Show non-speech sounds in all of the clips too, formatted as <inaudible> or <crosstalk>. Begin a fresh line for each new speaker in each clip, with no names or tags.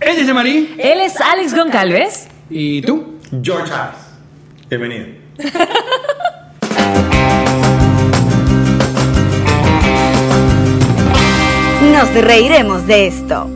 Ella Este es Marí.
Él es Alex Goncalves.
¿Y tú?
George Harris. Bienvenido.
Nos reiremos de esto.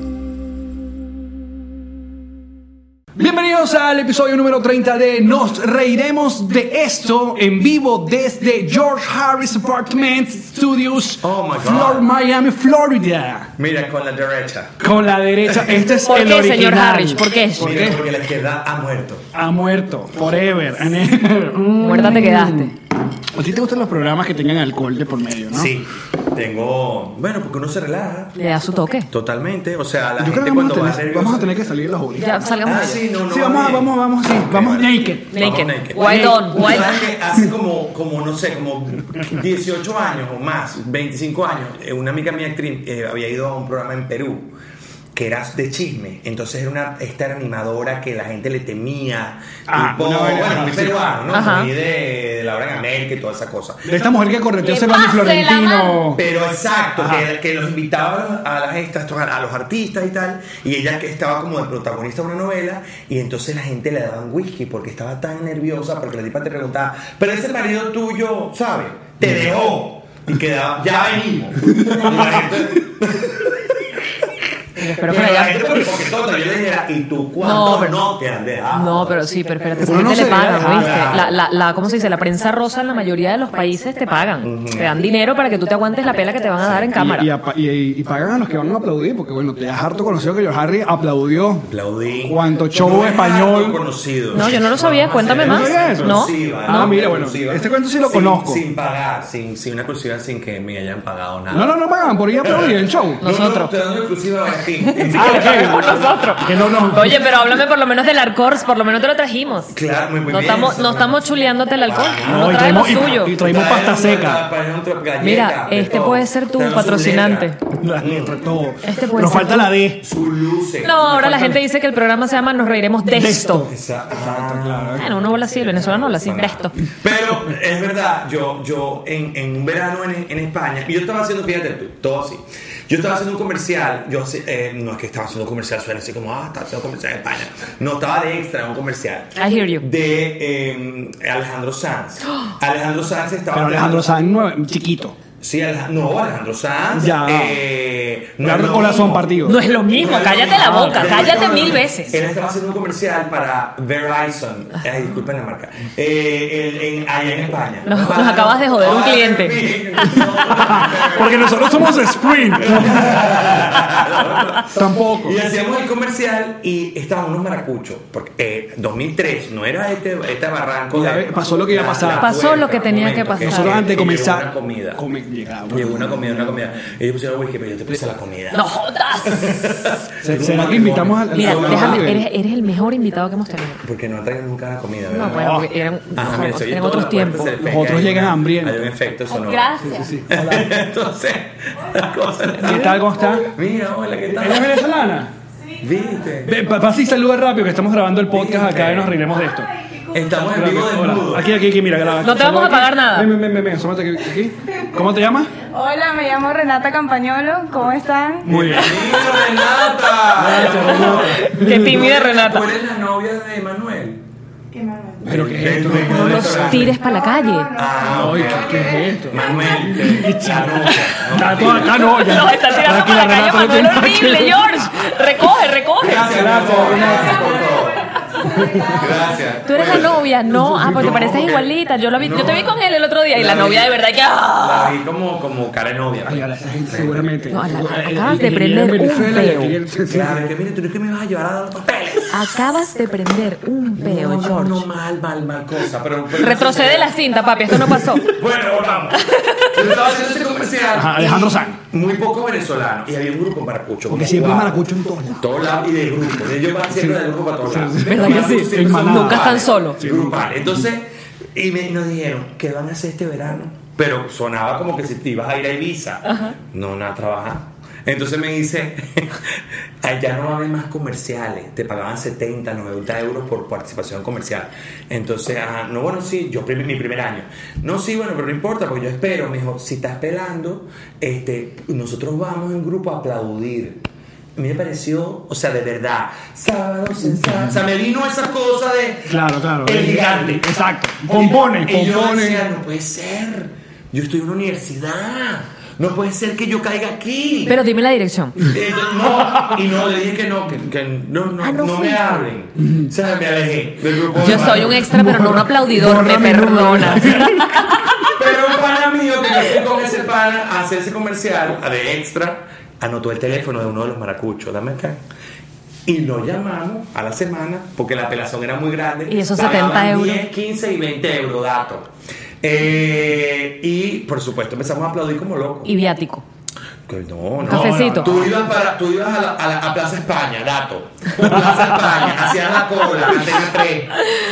Bienvenidos al episodio número 30 de Nos Reiremos de Esto en vivo desde George Harris Apartment Studios,
Oh my God.
Flor- Miami, Florida.
Mira, con la derecha.
Con la
<laughs>
derecha, este es
¿Por
el
qué,
original.
señor Harris? ¿Por qué?
¿Por
Mira,
qué?
porque la izquierda ha muerto.
Ha muerto, forever <laughs> and ever. Mm.
Muerta te quedaste.
¿A ti te gustan los programas que tengan alcohol de por medio, no?
Sí. Tengo. Bueno, porque uno se relaja.
Le da su toque.
Totalmente. O sea, la
Yo creo
gente
que vamos
cuando
a,
va
tener,
nerviosa-
vamos a tener que salir los obligados.
Ya, salgamos
Ah,
de
sí, no, no.
Sí, vamos,
va
a-
bien.
vamos, vamos, sí,
Ok,
vamos
vale.
naked.
ello. Naked.
Vamos naked.
Why don't?
Tú
Why
sabes
don't?
que hace como, como, no sé, como 18 años o más, 25 años, eh, una amiga mía actriz eh, había ido a un programa en Perú que era de chisme. Entonces era una, esta era animadora que la gente le temía.
Ah,
tipo,
una vaina
bueno, muy
así.
peruano, ¿no?
Ajá.
Muy de, de la hora en América y toda esa cosa.
De esta mujer que correteó
Que
Sebasti
pase la
Florentino.
Pero exacto, que, que los invitaba a las estas, a los artistas y tal, y ella que estaba como de protagonista de una novela, y entonces la gente le daban whisky porque estaba tan nerviosa, porque la tipa te preguntaba, pero ese marido tuyo, ¿sabes? Te dejó. Y quedaba, ya venimos. Y la gente-
Espero que
pero
la
la
haya-
gente porque, porque todo, yo le dijera, ¿y tú cuándo
No,
no,
pero-
te han dejado?
No, pero sí, pero espérate, esa
Uno no
gente
se
le pagan,
deja,
¿viste?
claro.
La, la, la, ¿cómo se dice? La prensa rosa en la mayoría de los países te pagan. Te dan dinero para que tú te aguantes la pela que te van a dar en cámara.
Y, y apa- y- y pagan a los que van a aplaudir, porque bueno, te has harto conocido que George Harry aplaudió.
Aplaudí.
Cuánto show
No es
español.
algo conocido.
No, yo no lo sabía, cuéntame
más. ¿No?
Exclusiva,
Ah,
¿no?
mira, bueno,
Exclusiva.
este cuento sí lo
Sin-
conozco.
Sin pagar, sin, sin una exclusiva sin que me hayan pagado nada.
No, no, no pagan por ir a aplaudir el show.
No,
Nosotros.
No, te dando exclusiva
<laughs>
a Valentín.
Ah, ok.
Por nosotros.
Que no, no.
Oye, pero háblame por lo menos del alcohol, por lo menos te lo trajimos.
Claro, muy, muy
No
bien.
estamos, no estamos chuleándote el alcohol,
Ah,
No,
no
y
trae lo
traemos, y-
suyo.
y traemos pasta seca.
Mira, este puede ser tu patrocinante.
La letra, todo.
Este puede
Nos
ser
falta
tú.
la D.
Su luce.
No, ahora la gente dice que el programa se llama Nos reiremos de esto.
Esa-
Bueno, uno habla así, el venezolano habla así, de esto.
Pero es verdad, yo, yo en, en un verano en, en España, y yo estaba haciendo, fíjate tú, todo así. Yo estaba haciendo un comercial, yo hace- eh, no es que estaba haciendo un comercial, suena así como, ah, estaba haciendo un comercial en España. No, estaba de extra en un comercial.
I hear you.
De eh, Alejandro Sanz. Alejandro Sanz estaba.
Pero Alejandro Sanz, nueve- chiquito.
Sí, Alej- no, Alejandro Sanz.
Ya.
Eh, no
Largo
es lo
corazón
mismo.
partido.
No es lo mismo, cállate la boca,
Pero
cállate
no,
mil
no.
veces.
Ah, Él estaba haciendo un comercial para Verizon. Ay, disculpen la marca. Eh, en, en- allá en España.
Nos- nos
Para-
acabas de joder un
Ay,
cliente.
bien.
Porque nosotros somos sprint. Tampoco.
Y hacíamos el comercial y estaban unos maracuchos. Porque eh, 2003 no era este, este barranco.
Ya
de-
ve, pasó lo que iba a
la-
pasar.
la
Pasó
puerta,
lo que tenía
un
que
momento,
pasar.
Nosotros antes de
que llegó
comenzar.
Una comida.
Come- llegaba.
Llegó una comida, una comida. Ellos pusieron whisky, pero yo te puse la comida.
¡No
<laughs>
jodas!
Se- ¿Será que invitamos al.
Mira,
al- al-
déjame,
nivel?
eres, eres el mejor invitado que hemos tenido.
Porque no traían nunca la comida, ¿verdad?
No, bueno, porque eran,
Ah, mira, pues, se oye
eran
toda
otros
la puerta,
tiempos.
se le
Los otros
cae
llegan
una-
hambrientos.
Hay un efecto sonoro.
Gracias.
<laughs> Entonces, la cosa.
¿Qué tal, cómo está?
Mira, hola, ¿qué
¿Eres
tal?
venezolana?
¿Viste?
Ve, pa- Pasa y saluda rápido que estamos grabando el podcast acá y nos reiremos de esto.
Estamos en vivo
Hola.
desnudo.
Aquí, aquí, aquí, mira, graba.
No te vamos a pagar nada.
Ven, ven, ven, ven, ven, asómate aquí, aquí. ¿Cómo te llamas?
Hola, me llamo Renata Campañolo, ¿cómo están?
Muy bien.
¡Bienvenido, Renata!
Qué tímida
¿Tú
Renata.
eres la novia de Manuel?
Pero qué es esto,
Del dueño
No
del
los
restaurante.
tires para la calle.
Ah,
Ay, ¿qué,
ok.
qué es esto? <laughs>
Manuel, que- la novia.
Está todo acá, no, ya.
Nos está tirando
Tranquila,
para la calle,
Renata, no
Manuel,
tiene nada que
horrible,
ver.
George. Recoge, recoge.
Gracias, Renata, gracias por todo. Gracias.
Tú eres la
Bueno,
novia, no. Ah, porque
No,
pareces
porque-
igualita. Yo, la vi, yo te vi
No.
con él el otro día y la
La vi.
novia de verdad que. ¡ah!
La vi como, como cara de novia.
Ay, ahora esa gente seguramente.
No, la-
El-
acabas
el-
de
el-
prender
el-
un
Venezuela,
peo.
el- el-
Claro, que mire, tú no es que me vas a llevar a dar los papeles.
Acabas de prender un peo,
no, no,
George.
no, mal, mal, mal cosa. Pero, pero-
Retrocede la cinta, papi, esto no pasó.
Bueno, volvamos. Yo estaba haciendo ese comercial.
Ajá, Alejandro Sanz.
Muy poco venezolano. Y había un grupo maracucho.
Porque siempre
Wow.
maracucho en todos lados.
Todos lados y de grupo. Yo van siempre de grupo para todos lados.
¿Verdad
Los
que sí?
maracuchos siempre son
En manada.
Nunca están solos.
Sí, grupal. Entonces, <laughs> y me, nos dijeron, ¿qué van a hacer este verano? Pero sonaba como que si te ibas a ir a Ibiza. No, nada, trabajar. Entonces me dice, <laughs> allá no va a haber más comerciales, te pagaban 70, 90 euros por participación comercial. Entonces, ajá, no, bueno, sí, yo prim- mi primer año. No, sí, bueno, pero no importa, porque yo espero. Me dijo, si estás pelando, este, nosotros vamos en grupo a aplaudir. A mí me pareció, o sea, de verdad, sábado sensato. O sea, me vino esa cosa de.
Claro, claro.
El gigante.
Exacto. Compone,
Y yo
compone.
decía, no puede ser. Yo estoy en una universidad. No puede ser que yo caiga aquí.
Pero dime la dirección.
Eh, no, y no, le dije que no, que, que no, no,
Ah, no
no
fuiste.
me hablen. O sea, me alejé del grupo. de
Yo soy
mano.
un extra, pero no un aplaudidor, me
Borra mi número.
<laughs>
perdonas.
Pero un pana mío que yo fui con ese pana a hacer ese comercial de extra, anotó el teléfono de uno de los maracuchos, dame acá. Y lo llamamos a la semana porque la apelación era muy grande.
Y esos
Pagaban
70 euros.
10, 15 y 20 euros, dato. Eh, y por supuesto empezamos a aplaudir como locos.
<laughs> Y viático.
Que no, no.
Cafecito.
Tú ibas, para, tú ibas a, la, a la- a Plaza España, dato. Plaza España, hacías la cola, Antena 3,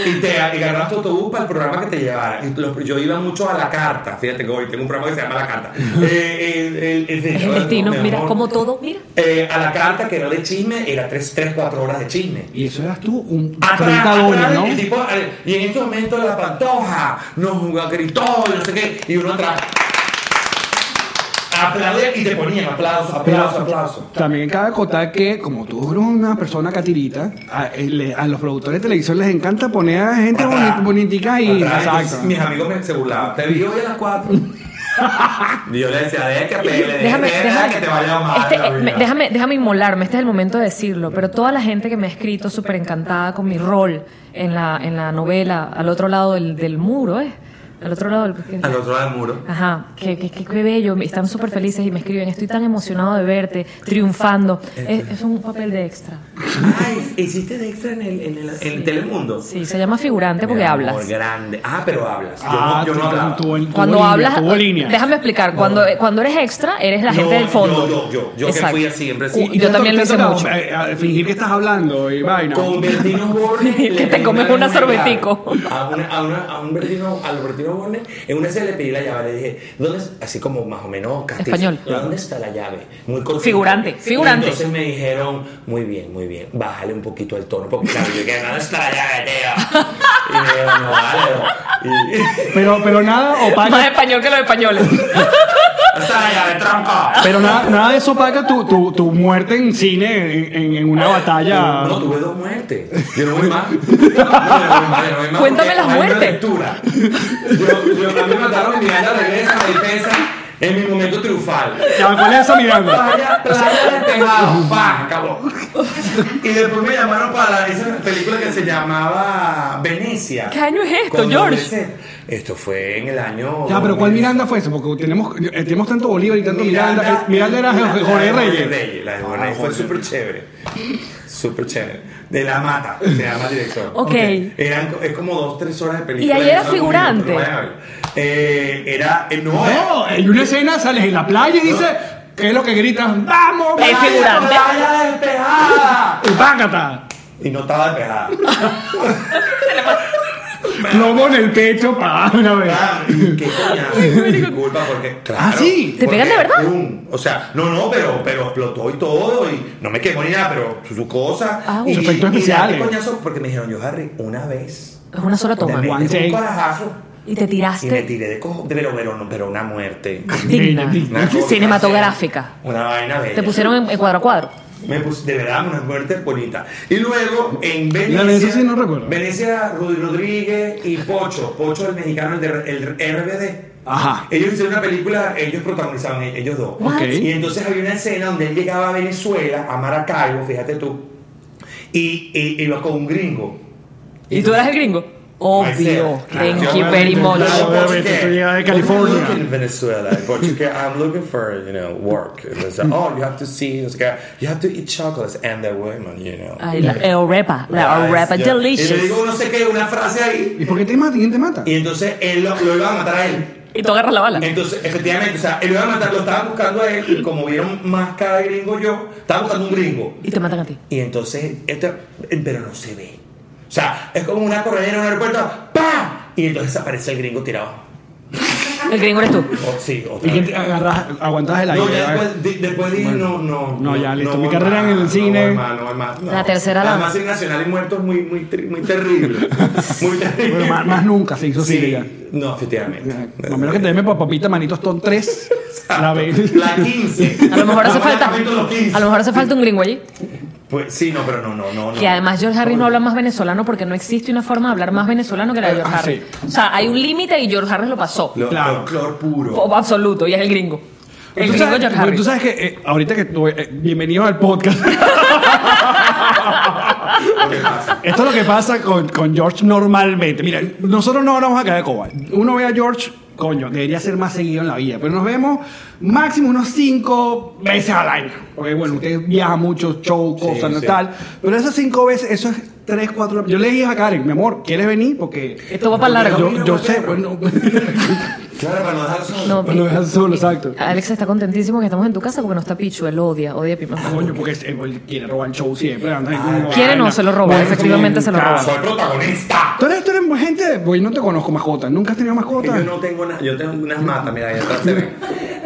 y te y agarrabas tu autobús para el programa que te llevara. Y lo- yo iba mucho a La Carta, fíjate que hoy tengo un programa que se llama La Carta. Eh, eh, eh, eh,
Es el
no,
destino,
mi
mira,
amor.
como todo, mira.
Eh, a La Carta, que era de chisme, era 3-4 horas de chisme.
Y eso eras tú, un
Atrás,
30 dólares,
atrás,
¿no?
el tipo, eh, y en este momento la pantoja nos jugó, gritó, y no sé qué, y uno atrás. Aplaudía y te ponían aplauso, aplauso, aplauso.
También cabe acotar que, como tú eres una persona catirita, a, eh, le- a los productores de televisión les encanta poner a gente boni-
Atrás.
bonitica y.
Atrás,
Exacto.
entonces, Mis amigos me se burlaban. Te vi hoy a las
<laughs>
4. y yo le decía, deja que pele,
Déjame, déjame,
que te vaya mal.
Este,
la
eh, me-
vida".
déjame, déjame inmolarme, este es el momento de decirlo, pero toda la gente que me ha escrito súper encantada con mi rol en la, en la novela, al otro lado del, del muro, ¿eh? Al otro lado del...
Al otro lado del muro.
Ajá, qué, qué, qué- qué bello, me- están súper felices y me escriben, estoy tan emocionado de verte, triunfando.
Este.
Es, es un papel de extra.
Ay, hiciste de extra en el, en el, en Telemundo.
Sí, se llama figurante porque
Mi amor,
hablas.
grande. Ah, pero hablas. Yo
Ah,
no, yo no
tú-
hablaba.
tú- tú-
Cuando
línea,
hablas, eh,
tuvo línea.
déjame explicar, cuando, eh, cuando eres extra, eres la
Yo-
gente del fondo.
yo- yo- yo- yo que
Exacto.
fui así, siempre así.
Cu- Yo
te-
también
te
lo hice
tocaba,
mucho.
eh, a- fingir que estás hablando y vaina.
Con Bertino Borne.
<laughs> Que
le
te
pedí
comes una sorbetico.
A, una- a, una- a un Bertino, al Bertino Borne, en una se le pedí la llave. Le dije, ¿dónde es? Así como más o menos castizo.
Español.
¿Dónde está la llave? Muy cortito.
Figurante, figurante.
Y entonces me dijeron, muy bien, muy bien, bájale un poquito el tono. Porque claro, yo dije, ¿dónde está la llave, tío? Y me dijeron, no, vale. no". Y- <laughs>
Pero, pero nada
Más
opaca.
español que los españoles.
¿Dónde está la llave, trampa?
Pero nada, nada de eso opaca tu, tu, tu muerte en cine, en- en, en una batalla.
Eh, No, tuve dos muertes. Yo no
<laughs>
voy más. No, yo no voy más, yo no voy más
Cuéntame
porque
las
hay una
muertes.
lectura. Yo, yo, a mí me mataron mi anda regresa, me dispensa en mi momento triunfal.
Ya, ¿cuál es esa mirando?
Playa, playa de tejado, pa, acabó. Y después me llamaron para esa película que se llamaba Venecia.
¿Qué año es esto,
Con
George?
doble C. Esto fue en el año.
Ya, pero
2000.
¿cuál Miranda fue eso? Porque tenemos, eh, tenemos tanto Bolívar y tanto Miranda. Eh, Miranda, era
Miranda
Jorge
era
Reyes.
La de Jorge Reyes fue súper chévere. Súper chévere. De la mata, se llama el director.
Ok.
Eran, co- es como dos, tres horas de película.
Y ahí era
Eso es un
figurante.
minuto, no vayan a ver. Eh, era. eh, no,
No, hay una escena, sales en la playa y dices, ¿qué es lo que gritas? ¡Vamos!
Es
playa,
figurante.
playa despejada.
¡Pácata!
Y no estaba despejada.
Plomo en el pecho, pa, una vez.
Ah, ¿Qué coñazo? Disculpa, porque. Claro,
Ah, ¿sí?
¿Te
porque,
pegan de verdad?
pum, o sea, no, no, pero, pero explotó y todo. Y no me quemó ni nada, pero su, su cosa.
Ah,
y,
bueno.
Sus efectos
y- y
especiales.
date coñazo, porque me dijeron, yo, Harry, una vez.
Es una sola
te
toma.
metes
One take.
un corajazo.
Y te
Y me
tiraste
tiré de cojo, pero, pero, no, pero una muerte.
digna.
Digna.
Una
<laughs>
cosa
Cinematográfica.
así, Una vaina bella.
Te pusieron en, en cuadro a cuadro.
Me pus- de verdad, una muerte bonita. Y luego, en Venecia.
La de eso sí no recuerdo.
Venecia, Rod- Rodríguez y Pocho. Pocho, el mexicano, el, de- el RBD.
Ajá.
Ellos hicieron una película, ellos protagonizaban, e- ellos dos.
What? Ok.
Y entonces había una escena donde él llegaba a Venezuela, a Maracaibo, fíjate tú, y, y- iba con un gringo.
¿Y tú eras el gringo? Obvio.
Myself.
Thank
Ah,
you
yo-
very much.
Claro,
Obviamente, tú llegas de
¿por qué?
California.
What do you look in Venezuela, in Portugal, I'm looking for, you know, work. And it's like, oh, you have to see, it's like, you have to eat chocolates and the women, you know.
Ay, la Arepa. La
Guys,
Arepa
yeah. Y le
delicious.
digo no sé qué, una frase ahí.
¿Y por qué te mata? ¿Quién te mata?
Y entonces él lo, lo iba a matar a él.
Y tú agarras la bala.
Entonces, efectivamente, o sea, él lo iba a matar, lo estaban buscando a él. Y como vieron más cada gringo yo, estaban buscando un gringo.
Y te matan a ti.
Y entonces, este, pero no se ve. O sea, es como una corredera en un aeropuerto. ¡Pam! Y entonces aparece el gringo tirado.
El gringo eres tú.
O- sí, otra
¿Y quién
vez.
te ah, agarras, aguantas el aire?
No, ya
¿verdad?
después, de- después dije, no, no.
eh. No, ya, listo. Mi
voy
carrera
más,
en el cine.
No, voy más, no, voy más, no.
La tercera
Además,
danza.
en Nacional y Muertos muy, muy, tri- muy
<laughs>
terrible. muy terrible.
Bueno, más, más nunca se hizo
sí,
cine ya.
No, efectivamente.
A menos que te den papita, manitos, ton 3. La ve.
La 15.
A lo mejor hace falta.
Vamos al este capítulo 15.
A lo mejor hace falta un gringo allí.
Pues sí, no, pero no, no, no.
Que
no.
además George Harris no habla más venezolano porque no existe una forma de hablar más venezolano que la de George
Ah,
Harris. O sea, hay un límite y George Harris lo pasó.
Lo,
Claro.
lo clor puro.
Pop absoluto, y es el gringo. El
tú,
gringo
sabes, bueno,
George
tú
Harris.
sabes que eh, ahorita que tú, eh, bienvenido al podcast.
¿Qué pasa?
Esto es lo que pasa con, con George normalmente. Mira, nosotros no hablamos acá de Coba. Uno ve a George, coño, debería ser más seguido en la vida. Pero nos vemos máximo unos cinco veces al año. Porque bueno, usted viaja mucho, show,
Sí,
cosas, no
sí.
tal. Pero esas cinco veces, eso es tres, cuatro. Yo le dije a Karen, mi amor, ¿quieres venir? Porque.
Esto va para largo.
Yo, yo sé, pues,
<laughs>
bueno.
Claro, para no dejar solo.
No,
Lo dejas solo, exacto.
Alex está contentísimo que estamos en tu casa porque no está Pichu, él odia, odia a Pima.
Coño, porque es- él quiere robar el show siempre. anda ahí con
Quiere
vaina.
no, se lo roba,
Bueno,
efectivamente
sí,
se lo roba.
Ah, Soy protagonista.
Tú eres, tú eres gente, güey, no te conozco mascota, nunca has tenido
Que
mascota.
yo no tengo nada, yo tengo unas matas, mira, ahí atrás se ven.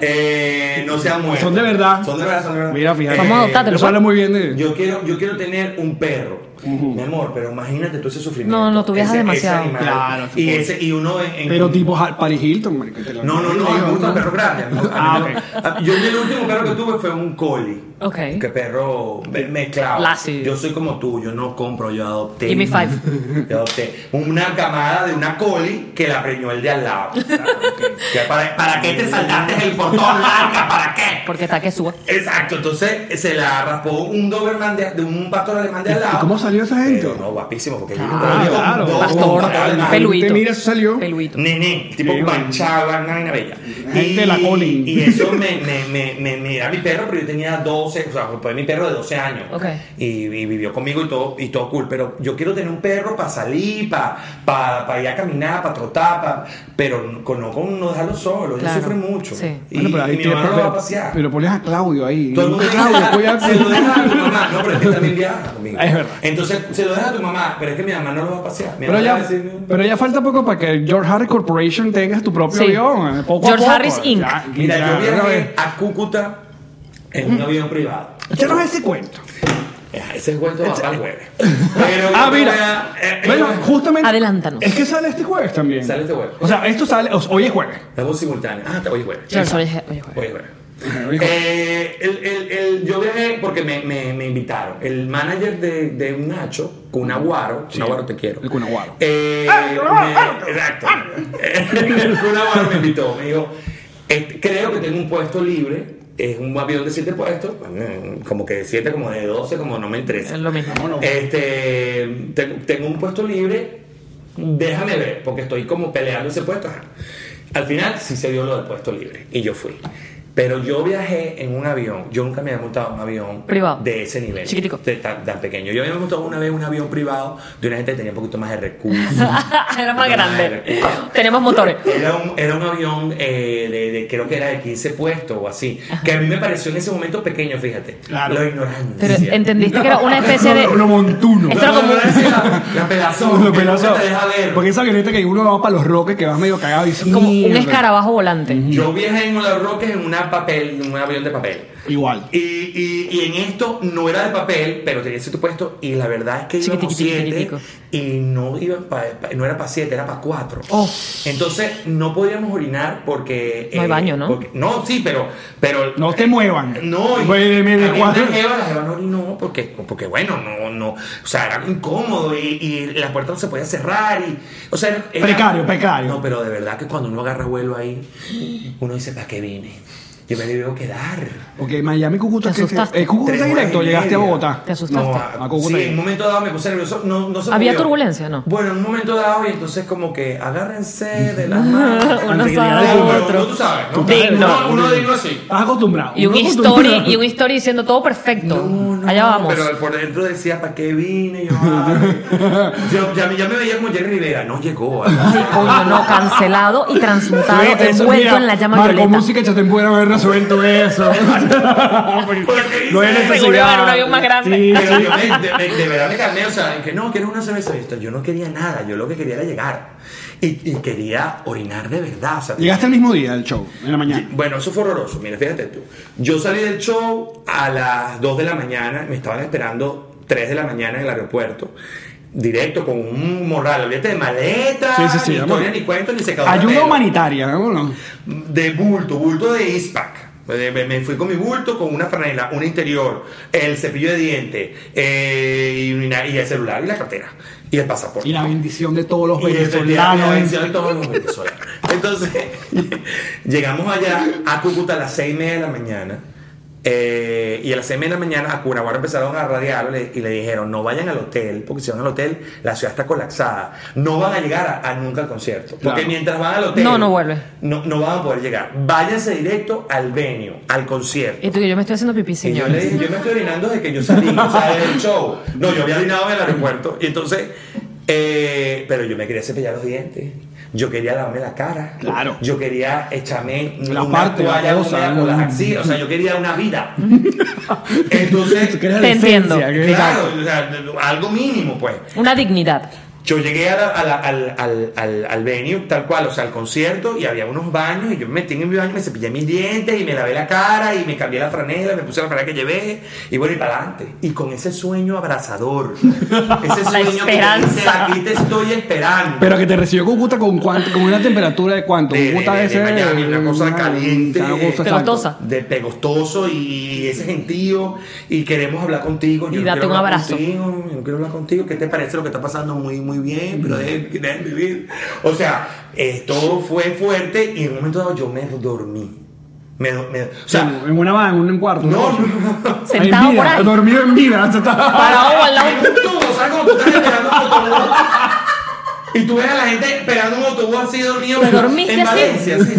Eh, no se han muerto.
Son de verdad.
Son de verdad, son de verdad.
Mira, fíjate.
Vamos a
adoptar
adoptártelo,
Eso habla muy bien de.
Yo quiero, yo quiero tener un perro. Mi amor, pero imagínate tú ese sufrimiento.
No, no, tú viajas
Ese- ese
demasiado.
animal.
Claro,
y,
supongo.
ese, y uno en, en-
Pero tipo Har- Paris Hilton, marico, te lo-
No, no, no, me gustan perros grandes. ¿no?
Ah,
A mí no- a- Yo el último perro que tuve fue un collie.
Ok.
Que perro me- mezclado.
Lassie.
Yo soy como tú, yo no compro, yo adopté.
Give me five.
<laughs> Yo adopté una camada de una collie que la preñó el de al lado. Que para, ¿Para qué te saltaste el portón larga? ¿Para qué?
Porque está que suba.
Exacto, entonces se la raspó un Doberman de, de un pastor alemán de al lado.
¿Y cómo salió esa gente?
Pero no, guapísimo, porque
Ah,
yo-
claro.
yo-
Pastor,
Doberman.
pelu- Peluito.
Gente, Mira, eso salió.
Peluito.
Nené, tipo
Sí, bueno.
manchado, una vaina bella.
Gente de la Colin.
Y eso me, me, me, me, me era mi perro, pero yo tenía 12, o sea, fue mi perro de 12 años.
Ok.
Y, y vivió conmigo y todo, y todo cool. Pero yo quiero tener un perro para salir, para pa, pa ir a caminar, para trotar, pa- pero no con, no, con- no dejarlo solo. Él
Claro.
sufre mucho.
Sí.
Y,
Bueno, pero ahí
y mi
te-
mamá no lo va a
pero-
pasear.
Pero pones a Claudio ahí.
Todo el mundo
Claudio, voy a-
dice, <laughs> se lo deja a tu mamá. No, pero es que también viaja conmigo.
Es verdad.
Entonces, se lo deja a tu mamá, pero es que mi mamá no lo va a pasear. Mi
Pero
mamá
ya,
va a decir,
pero ya falta poco para que George Harris Corporation tengas tu propio
Sí.
avión. eh, Poco a
George
poco.
Harris Inc.
Ya,
Mira,
ya,
yo
una
viajé
vez.
a Cúcuta en un avión privado.
Échanos ese cuento.
Eh, Ese cuento va para el jueves. Pero
Ah,
yo te voy
mira.
a- eh, eh,
Bueno, justamente.
Adelántanos.
Es que sale este jueves también.
Sale este jueves.
O sea, esto sale. o- Hoy es jueves.
Estamos simultáneos. Ah, te voy jueves.
George, oye, oye,
Hoy
oye.
es jueves.
Ajá, hoy es jueves.
Eh, el- el- el- yo viajé porque me, me- me invitaron. El manager de, de Nacho, Cunaguaro. Cunaguaro te quiero.
el Kun Aguaro.
Eh, me- exacto. el Cunaguaro me invitó. Me dijo, este, creo que tengo un puesto libre. Es un avión de siete puestos. mm, Como que de siete, como de 12, como no me interesa.
Es lo mismo. <laughs>
Este, tengo, tengo un puesto libre, déjame ver, porque estoy como peleando ese puesto. ajá. Al final sí se dio lo del puesto libre y yo fui. Pero yo viajé en un avión, yo nunca me había montado en un avión
Privado.
de ese nivel.
Chiquitico.
De tan, tan pequeño. Yo había montado una vez un avión privado de una gente que tenía un poquito más de recursos.
<laughs> Era más grande.
Eh,
Tenemos motores.
Era un, era un avión eh, de, de- creo que era de 15 puestos o así. Que a mí me pareció en ese momento pequeño, fíjate.
Claro.
Lo ignorante.
Pero entendiste que era una especie de.
Lo- lo montuno.
Esto era como un-
la, la pelazón.
Lo
que no
pelazo.
se te deja ver.
Porque esa avioneta que uno va para los roques que vas medio cagado y dices,
como un
"Mierda".
escarabajo volante.
Yo viajé en Los Roques en una papel, en un avión de papel.
Igual.
Y, y, y en esto no era de papel, pero tenía ese puesto y la verdad es que íbamos
Chiquitico,
siete
chiquitico.
y no, iba pa- pa- no era para siete, era para cuatro.
Oh.
Entonces no podíamos orinar porque... eh,
No hay baño, ¿no?
porque- no, sí, pero... pero
No te muevan.
Eh, No, y
Güey, de- de- de
a mí
cuatro.
una jeva, la jeva no orinó porque, porque bueno, no, no, o sea, era incómodo y, y la puerta no se podía cerrar y, o sea, era- era-
Precario, precario.
No, pero de verdad que cuando uno agarra vuelo ahí, uno dice, ¿para qué vine? Yo me debo quedar.
Ok, Miami, Cúcuta.
Te
¿qué- qué-
asustaste.
eh, Cúcuta
Tres
directo,
horas y
llegaste a
media.
Bogotá.
Te asustaste.
No, ah,
A Cúcuta
sí, en un
directo.
momento dado me puse nervioso. No, no se
Había
movió.
turbulencia, ¿no?
Bueno, en un momento dado y entonces como que agárrense de las manos.
<laughs> Uno
Antes que
sabe
llegara el
otro.
turbo, tú sabes, ¿no?
Digno.
Uno, uno digno así.
Estás acostumbrado.
Y un
Uno
story,
acostumbrado. Pues,
y un story diciendo todo perfecto.
No, no,
Allá vamos.
Pero por dentro decía, ¿para qué vine? Yo,
<laughs>
ay. yo ya, me- ya me veía como Jerry Rivera. No llegó. ¿verdad?
Sí, coño, no, cancelado y transmutado,
Eso, mira,
envuelto en la llama
Marco,
violeta.
música ya te pudieron haber resuelto eso.
<laughs> Porque
no hay
dice-
necesidad.
Seguro iba en un avión más grande.
Sí, <laughs>
Pero
sí.
yo me- de, me- de verdad me calmé, o sea, en que no, quiero una cerveza. Y esto, Yo no quería nada, yo lo que quería era llegar. Y, y quería orinar de verdad. O sea,
Llegaste el mismo día del show, en la mañana.
Bueno, eso fue horroroso. Mira, fíjate tú. Yo salí del show a las 2 de la mañana, me estaban esperando 3 de la mañana en el aeropuerto. Directo con un morral, olvídate de maleta,
Sí, sí, sí,
ni
amor.
historia, ni cuento, ni secador. de
Ayuda
pelo.
humanitaria, vámonos.
De bulto, bulto de ISPAC. Eh, Me, me- me fui con mi bulto, con una franela, un interior, el cepillo de diente eh, y, una- y el celular y la cartera y el pasaporte.
Y la bendición de todos los
Y efectivamente,
venezolanos.
venció a todos los venezolanos. Entonces, <laughs> llegamos allá a Cúcuta a las seis y media de la mañana. eh, y a las seis y media de la mañana a Cunaguaro empezaron a radiar le- y le dijeron no vayan al hotel, porque si van al hotel la ciudad está colapsada, no van a llegar a, a nunca al concierto, porque
Claro.
mientras van al hotel
No, no vuelve.
no, no van a poder llegar, váyanse directo al venio, al concierto.
Y tú que yo me estoy haciendo pipí,
Y yo le
señores.
dije, yo me estoy orinando desde que yo salí, o sea, del show. No, yo había orinado en el aeropuerto. Y entonces, eh, pero yo me quería cepillar los dientes. Yo quería lavarme la cara.
Claro.
Yo quería echarme
La
una
parte, la
toalla
cosa,
húmeda con
¿no?
las axilas. O sea, yo quería una vida.
<laughs>
Entonces,
Que era la
Te entiendo.
esencia, que-
claro, o sea, algo mínimo, pues.
Una dignidad.
Yo llegué a la- a la- al, al, al, al venue, tal cual, o sea, al concierto, y había unos baños, y yo me metí en mi baño, me cepillé mis dientes, y me lavé la cara, y me cambié la franela, me puse la franela que llevé, y bueno, y para adelante. Y con ese sueño abrazador, ese sueño que te dice,
esperanza.
aquí te estoy esperando.
Pero que te recibió Cúcuta con, cuánto, con una temperatura de cuánto.
De- de-
Cúcuta
de- de
ese-
Miami, una cosa caliente,
eh, una cosa,
Te
exacto.
gustosa.
de pegostoso y ese gentío y queremos hablar contigo. Yo
Y
no
date
quiero
un
hablar
abrazo.
contigo, yo no quiero hablar contigo. ¿Qué te parece lo que está pasando? Muy, muy bien, pero debes, debes vivir. O sea, esto fue fuerte y en un momento dado yo me dormí. Me, do- me- o
O sea,
sea,
en una van, en un cuarto.
no, no,
Ahí
no.
Sentado
en
por
vida,
ahí.
Dormido en vida. se está- <laughs>
Parado al lado.
En un tubo, ¿sabes cómo tú estás esperando un autobús? Y tú ves a la gente esperando un autobús así dormido.
¿Te dormiste
en
así?
Valencia, así.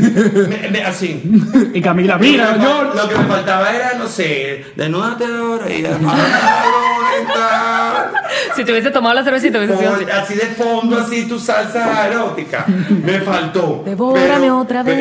Me- me- así.
Y Camila, mira, yo.
Lo que me faltaba era, no sé, desnúdate ahora y <laughs> ahora,
Si te hubiese tomado la cervecita, hubiese sido así.
ahora, así de fondo, así tu salsa erótica. Me faltó.
Devórame otra vez.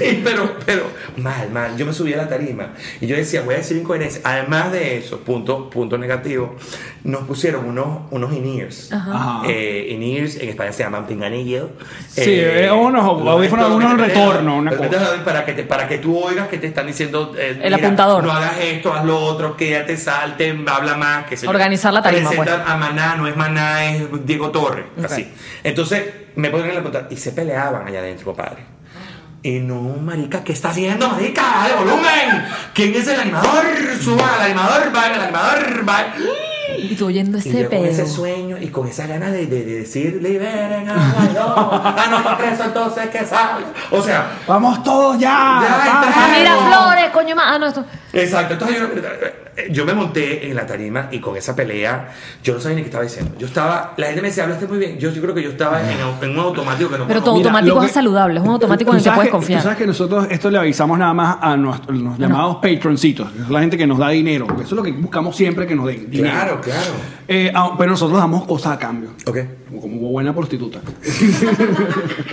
<laughs> Sí, pero, pero, mal, mal. Yo me subí a la tarima y yo decía, voy a decir incoherencia. Además de eso, punto, punto negativo, nos pusieron unos, unos in-ears.
Ajá.
Eh, in-ears, en España se llaman pinganillos.
Sí, eh, unos audífonos, unos retorno, una cosa.
Ay, para que te, para que tú oigas que te están diciendo eh,
El apuntador.
no hagas esto haz lo otro quédate salte habla más que se
Organizar la tarima, pues.
presentan a Maná no es Maná es Diego Torres
Ok.
así entonces me ponen en la punta y se peleaban allá adentro compadre y no, marica, ¿qué está haciendo, marica? ¡Dale volumen! ¿Quién es el animador? Suba al animador, va, el animador, va.
Y tú oyendo
Y
ese
yo con ese
pedo.
sueño y con esa ganas de, de- de decir, liberen a Ah, Guaidó, a nuestro preso entonces que salga. O sea,
Vamos todos ya.
Ya,
pa,
entra.
pa.
¡Ah, mira, flores, coño, ma- Ah, no, esto.
Exacto, entonces yo, yo me monté en la tarima y con esa pelea, yo no sabía ni qué estaba diciendo. Yo estaba, la gente me decía, hablaste muy bien. Yo, yo creo que yo estaba en, au- en un automático que no
Pero
conozco.
todo
Mira,
automático
lo
es
que-
saludable. Es un automático
Tú
en el que
sabes
puedes
Tú sabes
confiar.
que nosotros esto le avisamos nada más a nuestros, los llamados patroncitos, que es la gente que nos da dinero. porque Eso es lo que buscamos siempre que nos den dinero.
Claro, claro.
Eh, ah, pero nosotros damos cosas a cambio.
Ok.
Como, como buena prostituta. <laughs>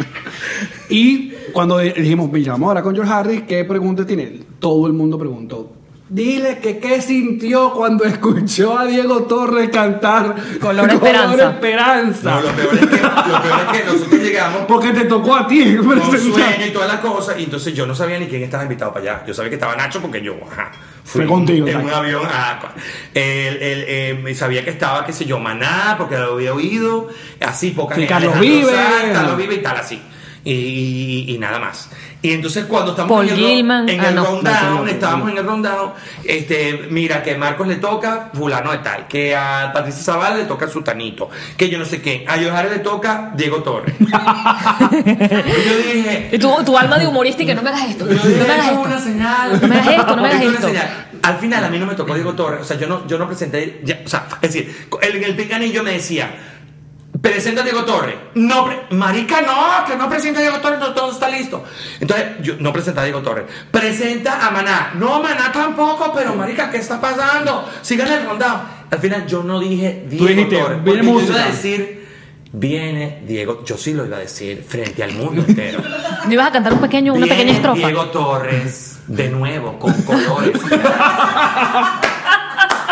y cuando dijimos, mira, vamos a hablar con George Harris, ¿qué pregunta tiene? Todo el mundo preguntó. Dile que qué sintió cuando <laughs> escuchó a Diego Torres cantar
Color Esperanza.
Esperanza.
No, lo peor, es que, lo peor es que nosotros llegamos
Porque te tocó a ti <laughs>
con
presentar.
sueño y todas las cosas, y entonces yo no sabía ni quién estaba invitado para allá. Yo sabía que estaba Nacho porque yo, ajá.
Fue contigo,
En un
exacto.
avión. ah, cua- el- el- eh, sabía que estaba, qué sé yo, Maná, porque lo había oído. Así, poca
Sí,
gente.
Carlos
Alejandro
Vives.
Sanz, Carlos Vive y tal, así. y, y nada más. Y entonces cuando estamos
Paul
en el, ro-
Gilman.
en
Ah,
el
no.
rundown,
No,
estábamos en el rundown, este, mira que Marcos le toca fulano de tal, que a Patricia Zavala le toca Sutanito, que yo no sé qué, a Johanna le toca Diego Torres. <laughs> y yo dije,
Y tu, tu alma de humorista y que no me hagas esto. No me hagas
esto es
esto.
una señal.
No me hagas esto, no me hagas
Esto es
esto.
una señal. Al final a mí no me tocó Diego Torres, o sea, yo no, yo no presenté, ya- o sea, es decir, el, el picanillo me decía, presenta a Diego Torres. No, pre- marica, no, que no presenta a Diego Torres, no, todo está listo. Entonces, yo no presenta a Diego Torres. Presenta a Maná. No, Maná tampoco, pero marica, ¿qué está pasando? Sigan el rondado. Al final yo no dije Diego
dijiste, viene
Torres, porque yo
música.
iba a decir... Viene Diego, yo sí lo iba a decir frente al mundo entero.
No ibas a cantar un pequeño, una
Viene
pequeña estrofa.
Diego Torres, de nuevo, con <laughs> colores.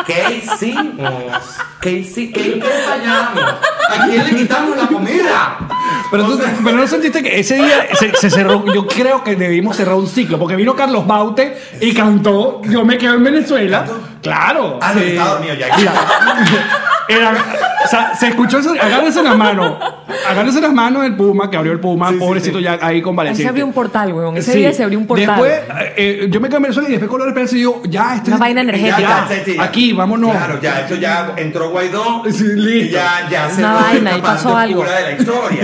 ¿Qué hicimos? ¿Qué hicimos? ¿Qué fallamos? ¿A quién le quitamos la comida?
Pero, tú- pero no sentiste que ese día se, se cerró. Yo creo que debimos cerrar un ciclo. Porque vino Carlos Baute y cantó Yo me quedo en Venezuela. Claro.
Ah, no,
sí.
estaba dormido ya. aquí.
Era- o sea, se escuchó eso. Agárrense las manos. Agárrense las manos del Puma, que abrió el Puma. pobrecito ya ahí
Ahí
convaleciente.
se abrió un portal, weón. Ese
Sí.
día se abrió un portal.
Después, eh, yo me quedé en Venezuela y después Color Esperanza y digo, ya, esto
Una
es-
vaina energética.
ya, aquí, vámonos.
Claro, ya, esto ya entró Guaidó.
Sí,
y
listo.
ya, ya se
Una
fue
vaina,
esta
y pasó
parte
algo.
oscura de la historia.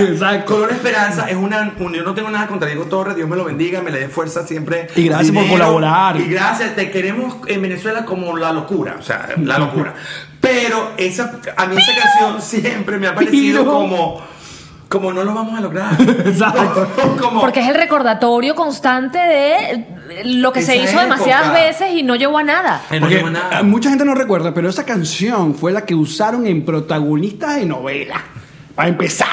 <laughs> Exacto.
Color Esperanza es una. un- Yo no tengo nada contra Diego Torres, Dios me lo bendiga, me le dé fuerza siempre.
Y gracias por colaborar.
Y gracias, te queremos en Venezuela como la locura, o sea,
<laughs>
la locura. Pero esa, a mí esa canción siempre me ha parecido
Pío.
como. Como no lo vamos a lograr.
<laughs> Exacto.
<laughs> Como-
Porque es el recordatorio constante de lo que se
Esa
hizo
época.
demasiadas veces y no llegó a nada.
Eh, no
Porque
llevo nada.
eh, mucha gente no recuerda, pero esa canción fue la que usaron en protagonistas de novela. Para empezar,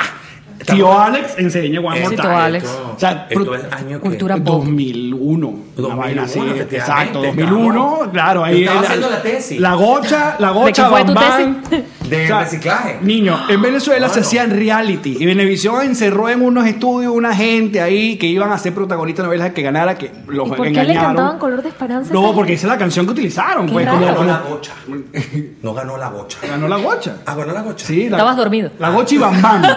tío Alex enseña One More
Sí, tío
Time.
Alex.
O sea,
Esto
pro-
es año que-
Cultura pop.
2001. una
2001,
vaina así,
efectivamente,
exacto,
estaba-
2001, claro, ahí
Estaba
era-
haciendo la tesis.
La gocha, la
¿De qué
gocha,
fue tu
Bam Bam.
tesis?
De
O sea,
reciclaje. Ah,
Niño, en Venezuela se
Claro.
hacían reality y Venevisión encerró en unos estudios una gente ahí que iban a ser protagonistas de novelas que ganara que los
¿Y por qué le
engañaron.
cantaban Color de Esperanza a esa
No,
gente?
porque esa es la canción que utilizaron,
Qué
pues como,
No ganó
como-
la bocha. No ganó la bocha.
ganó la gocha.
Ah, ganó la bocha.
Sí, la,
Estabas dormido.
La gocha y Bam Bam.
Mi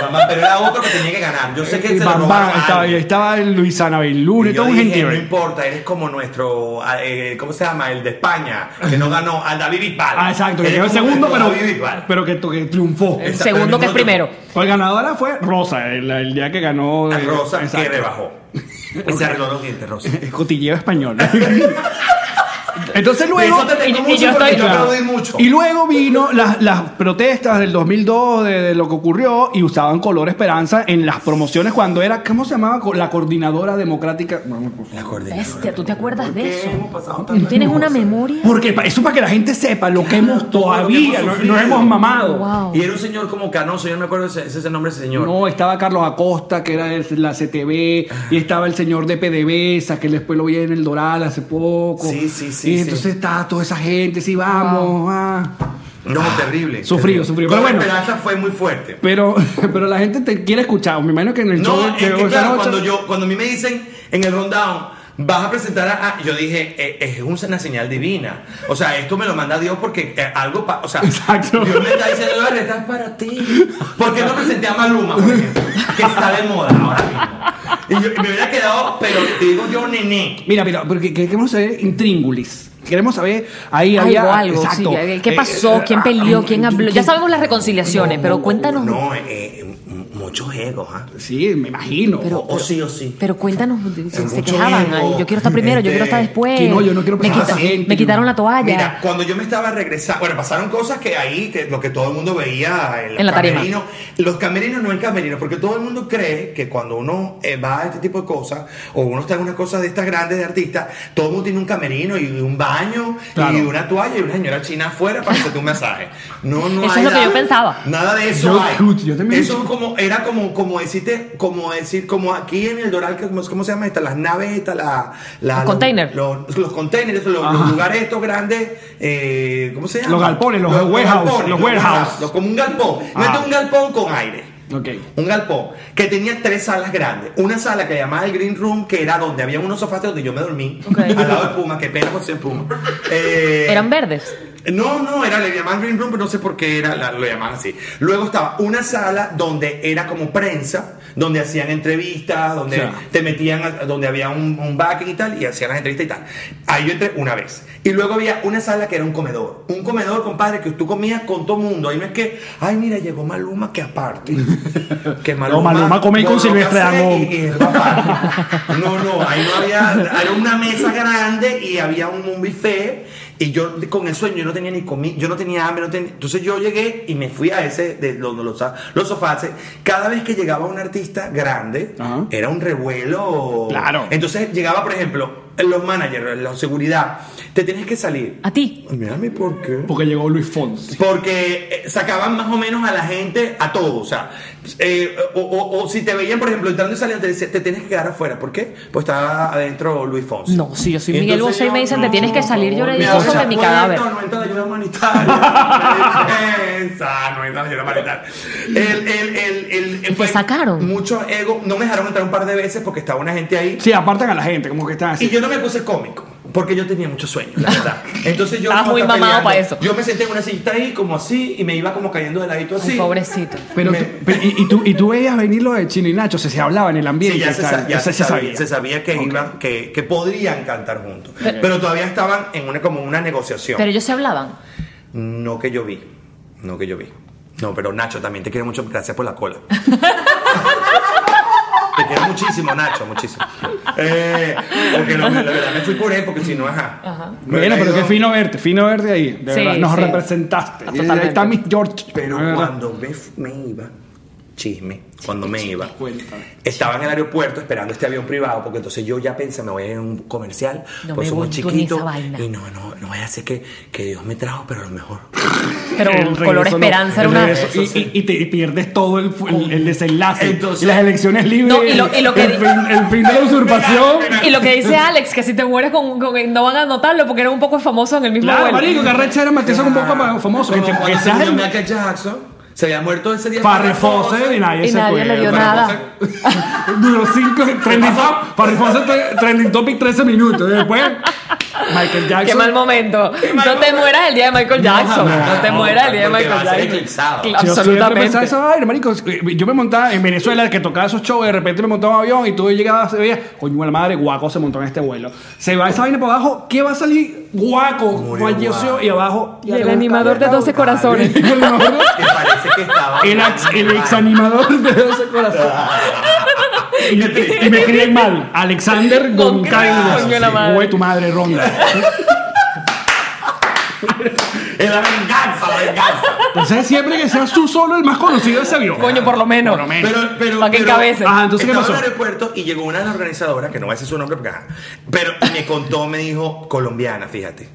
mamá, pero era otro que tenía que ganar. Yo sé que
Y
<laughs> se lo
Bam
robaron
Bam,
a
estaba,
alguien.
estaba Luisana Beilún
Y
y
yo
todo un
dije,
gentío.
no importa, eres como nuestro, eh, ¿cómo se llama? El de España, que no ganó, al David Bisbal.
Ah, exacto, que
Eres
llegó el
como
segundo,
nuestro
pero,
David Bisbal.
pero que, que triunfó.
El
Exacto,
segundo
el
que es
mismo
primero.
Pues ganadora fue Rosa, el, el día que ganó.
A
eh,
Ah, Rosa, que
exacto.
rebajó. Se arregló los
<laughs>
dientes, Rosa.
Es cotilleo español. <laughs> Entonces luego.
Eso te tengo
y- y
mucho
yo
porque
estoy-
yo
Claro.
aplaudí mucho.
Y luego vino las, las protestas del 2002 de, de lo que ocurrió y usaban color esperanza en las promociones cuando era, ¿cómo se llamaba? Co- La coordinadora democrática. Bueno, pues,
La coordinadora.
Bestia, ¿tú te acuerdas
¿Qué
de eso?
hemos pasado
¿Tú
tantas
tienes una
cosas?
memoria?
Porque pa- eso para que la gente sepa lo que hemos todavía,
lo
no
que hemos
no
sufrido.
hemos mamado.
Wow.
Y era un señor como Canoso, yo no me acuerdo ese, ese es el nombre de ese señor.
No, estaba Carlos Acosta, que era de la CTV, y estaba el señor de PDVSA, que después lo vi en el Doral hace poco.
Sí, sí, sí,
Y
sí.
entonces está toda esa gente, sí, vamos. ah.
No, terrible.
Sufrido,
terrible.
sufrido, pero
Con
bueno.
La esperanza fue muy fuerte.
Pero, <laughs> pero la gente te quiere escuchar. Me imagino que en el show
No, es
que
que
esa
claro,
noche-
cuando, yo, cuando a mí me dicen en el rundown, vas a presentar a... a-", yo dije, "Eh, es una señal divina. O sea, esto me lo manda Dios porque eh, algo... pa- o sea,
Exacto.
Dios me está diciendo, "Vale, estás para ti. ¿Por qué no presenté a Maluma, por ejemplo? Que está de moda ahora mismo. Y yo- y me hubiera quedado, pero te digo yo, nené.
Mira, mira, porque queremos saber intríngulis. Queremos saber ahí
Algo,
había-
algo, sí,
exacto.
¿Qué
Eh,
pasó?
eh,
¿Quién
ah,
peleó? ¿Quién habló? Ya
¿quién-
sabemos las reconciliaciones, pero cuéntanos.
No, eh, m- muchos egos, ¿ah?
Sí, me imagino.
O- o sí, o sí.
Pero cuéntanos, se,
Mucho
se quejaban.
ego,
ay, yo quiero estar primero, yo
este,
quiero estar después.
que no, yo no quiero
me,
pasar
quita-
a esa gente,
me
yo-
quitaron la toalla.
Mira, cuando yo me estaba regresando, bueno, pasaron cosas que ahí, que lo que todo el mundo veía en, los
En la tarima.
camerinos. Los camerinos no en camerinos, porque todo el mundo cree que cuando uno eh, va a este tipo de cosas, o uno está en una cosa de estas grandes de artistas, todo el mundo tiene un camerino y un baño
Claro.
y una toalla y una señora china afuera para hacerte un masaje. No, no
Eso
hay
es lo que
nada-
yo pensaba.
Nada de eso.
Yo-
hay.
yo también-
Eso como, era como, como decirte, como decir, como aquí en el Doral, que- ¿cómo, cómo se llama esta? Las naves, esta, la, la-
Los containers.
Los, los containers, los, los
Ajá.
lugares estos grandes, eh, ¿cómo se llama?
Los galpones, los warehouse, los warehouse.
los- como un galpón.
Ah.
Mete un galpón con aire.
Ok.
Un galpón que tenía tres salas grandes. Una sala que llamaba el Green Room, que era donde había unos sofás donde yo me dormí.
Ok.
Al lado de Puma, que pena por ser Puma. Eh,
Eran verdes.
No, no, era, le llamaban Green Room, pero no sé por qué era, la- lo llamaban así. Luego estaba una sala donde era como prensa, donde hacían entrevistas, donde
Ya.
te metían, a- donde había un, un backing y tal, y hacían las entrevistas y tal. Ahí yo entré una vez. Y luego había una sala que era un comedor. Un comedor, compadre, que tú comías con todo mundo. Ahí no es que, ay, mira, llegó Maluma, que aparte.
<laughs>
que
Maluma come con
borró
Silvestre
cassette
Dangond.
y- y él va aparte. No, no, ahí no había, era una mesa grande y había un, un buffet y yo con el sueño yo no tenía ni comida, yo no tenía hambre, no tenía- entonces yo llegué y me fui a ese de donde los, los sofás. Cada vez que llegaba un artista grande,
Ajá.
era un revuelo.
Claro.
Entonces llegaba, por ejemplo, los managers, la seguridad, te tienes que salir.
A ti.
Mírame por qué.
Porque llegó Luis Fonsi.
Porque eh, sacaban más o menos a la gente, a todos. O sea, eh, o, o- o si te veían, por ejemplo, entrando y saliendo, te, decían, te tienes que quedar afuera. ¿Por qué? Pues estaba adentro Luis Fonsi.
No, si yo soy Miguel
Entonces
Bosé y me
yo,
dicen, te
no,
tienes que salir, yo le
me
digo
abro
sobre
la
mi
puerta,
cadáver.
No entra la ayuda
<laughs>
humanitaria. Esa, no entra la ayuda humanitaria. El, el, el, el,
¿Y te sacaron?
Mucho ego. No me dejaron entrar un par de veces porque estaba una gente ahí.
Sí, apartan a la gente, como que están así.
Y yo no me puse cómico, porque yo tenía mucho sueño,
<laughs>
la verdad. Entonces yo
Estaba
como
muy
hasta
mamado
peleando,
pa' eso.
Yo me senté en una sillita ahí, como así, y me iba como cayendo de ladito así.
Ay, pobrecito.
Pero,
Me-
tú- pero- y, y tú, y tú veías venir lo de Chino y Nacho, o sea, se hablaba en el ambiente.
Sí, ya se,
¿sabes?
sa- ya
O sea,
se
se
sabía,
sabía.
se sabía que, iban, que, que podrían cantar juntos. Pero todavía estaban en una, como una negociación.
Pero ellos se hablaban.
No que yo vi. No que yo vi. No, pero Nacho, también te quiero mucho. Gracias por la <laughs> cola. te quiero muchísimo, Nacho, muchísimo. Eh, porque no, la verdad me fui por él, porque si no, ajá. Me
Bueno,
hubiera
pero qué
ido-
fino verte, fino verte ahí. De
Sí,
verdad, nos
sí.
representaste. Y Ahí
Totalmente.
está mi George.
Pero
De verdad.
cuando me, f- me iba, chisme, cuando me iba,
Cuéntame.
estaba en el aeropuerto esperando este avión privado, porque entonces yo ya pensé, me voy a ir en un comercial,
No
pues
me
somos
voy tú en esa
chiquitos,
vaina.
y no, no, no voy a hacer que, que Dios me trajo, pero a lo mejor.
Pero
El
color
regreso no,
esperanza
el
era una.
regreso, y,
Eso sí.
y- y te pierdes todo el, fu- el- el desenlace.
Entonces-
Y las elecciones libres.
No, y lo- y lo que
el,
di-
fin, el fin de la usurpación.
<laughs> Y lo que dice Alex, que si te mueres con, con- no van a notarlo porque era un poco famoso en el mismo
Claro,
vuelo.
marico, que arrecha era Mateo un poco más famoso. Que,
Como
te- que
cuando se
seas
murió
el
Michael Jackson, se había muerto ese día.
Farré Fawcett y nadie
Y
se
nadie
acuerda.
le dio
Farré
nada.
Fawcett <laughs> Duró 5 trending top. Farré Fawcett tre- trending topic 13 minutos. Y Después, Michael Jackson.
Qué mal momento. No te mueras el día de Michael Jackson. No, te mueras el día de
porque
Michael
va a ser
Jackson.
eclipsado.
Yo
Cl-
siempre pensaba
Absolutamente.
esa vaina, marico. Yo me montaba en Venezuela, que tocaba esos shows, de repente me montaba en un avión y tú llegabas y veías, coño, la madre, guaco se montó en este vuelo. Se va esa vaina para abajo, ¿qué va a salir? Guaco,
Murió
falleció
Guaco.
y abajo. <laughs>
Y el animador de 12 corazones.
Y el animador-
Que parece que estaba.
el ex, el ex animador de 12
<laughs>
corazones. Y, y me escriben mal. Alexander
Con-
Goncalves.
coño, la madre.
Güey, tu madre, Ronda.
Es la venganza, la venganza.
Entonces, siempre que seas tú solo el más conocido de ese avión.
Coño, por lo menos.
Pero, pero,
Pa' que
pero-
encabece.
Ajá, Ah, entonces, ¿qué
Estaba
pasó?
en el aeropuerto y llegó una de las organizadoras, que no voy a decir su nombre porque ajá, pero me contó, me dijo, colombiana, fíjate.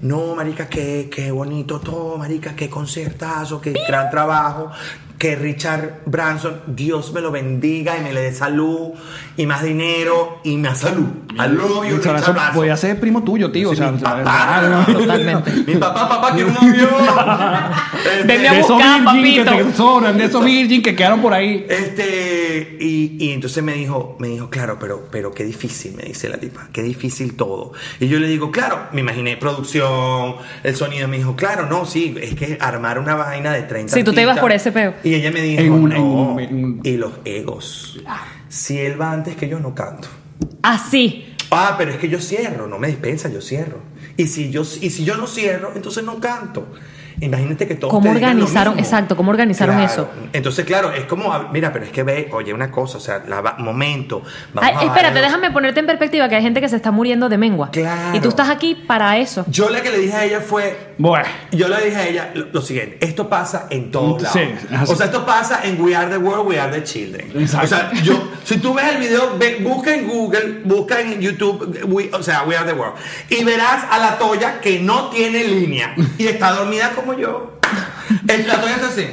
No, marica, qué, qué bonito todo, marica, qué concertazo, qué gran trabajo, que Richard Branson, Dios me lo bendiga y me le dé salud y más dinero y más salud. Aló, yo
Richard
Richard
Branson,
Branson.
voy a ser primo tuyo, tío. o sea,
mi
o sea, ah,
papá.
claro.
<laughs> Totalmente.
Mi papá, papá, que
<laughs>
un Este, avión.
Venme a
de esos
buscar,
virgin que
papito.
te sobran, de esos virgin que quedaron por ahí.
Este, y, y entonces me dijo, me dijo, claro, pero, pero qué difícil, me dice la tipa, qué difícil todo. Y yo le digo, claro, me imaginé producción, el sonido, me dijo, claro, no, sí, es que armar una vaina de 30
Sí, tú te ibas
artistas".
por ese peo.
Y ella me dijo,
En un-
no,
en un- en un-
y los egos.
Ah.
Si él va antes que yo, no canto.
Así.
Ah, pero es que yo cierro, no me dispensa, yo cierro. Y si yo, y si yo no cierro, entonces no canto. Imagínate que todos
¿Cómo
te digan lo
organizaron?
mismo.
Exacto, ¿cómo organizaron
Claro.
eso?
Entonces, claro, es como, ah, mira, pero es que ve, oye, una cosa, o sea, la va- momento. vamos
Ay,
a
espérate,
bajarlo.
déjame ponerte en perspectiva que hay gente que se está muriendo de mengua.
Claro.
Y tú estás aquí para eso.
Yo la que le dije a ella fue,
Bueno.
yo le dije a ella lo, lo siguiente, esto pasa en todos lados.
Mm, Sí, así.
o sea, esto pasa en We Are the World, We Are the Children.
Exacto.
O sea, yo, si tú ves el video, ve- busca en Google, busca en YouTube, we- o sea, We Are the World, y verás a la toya que no tiene línea y está dormida como yo. El- la toya está así.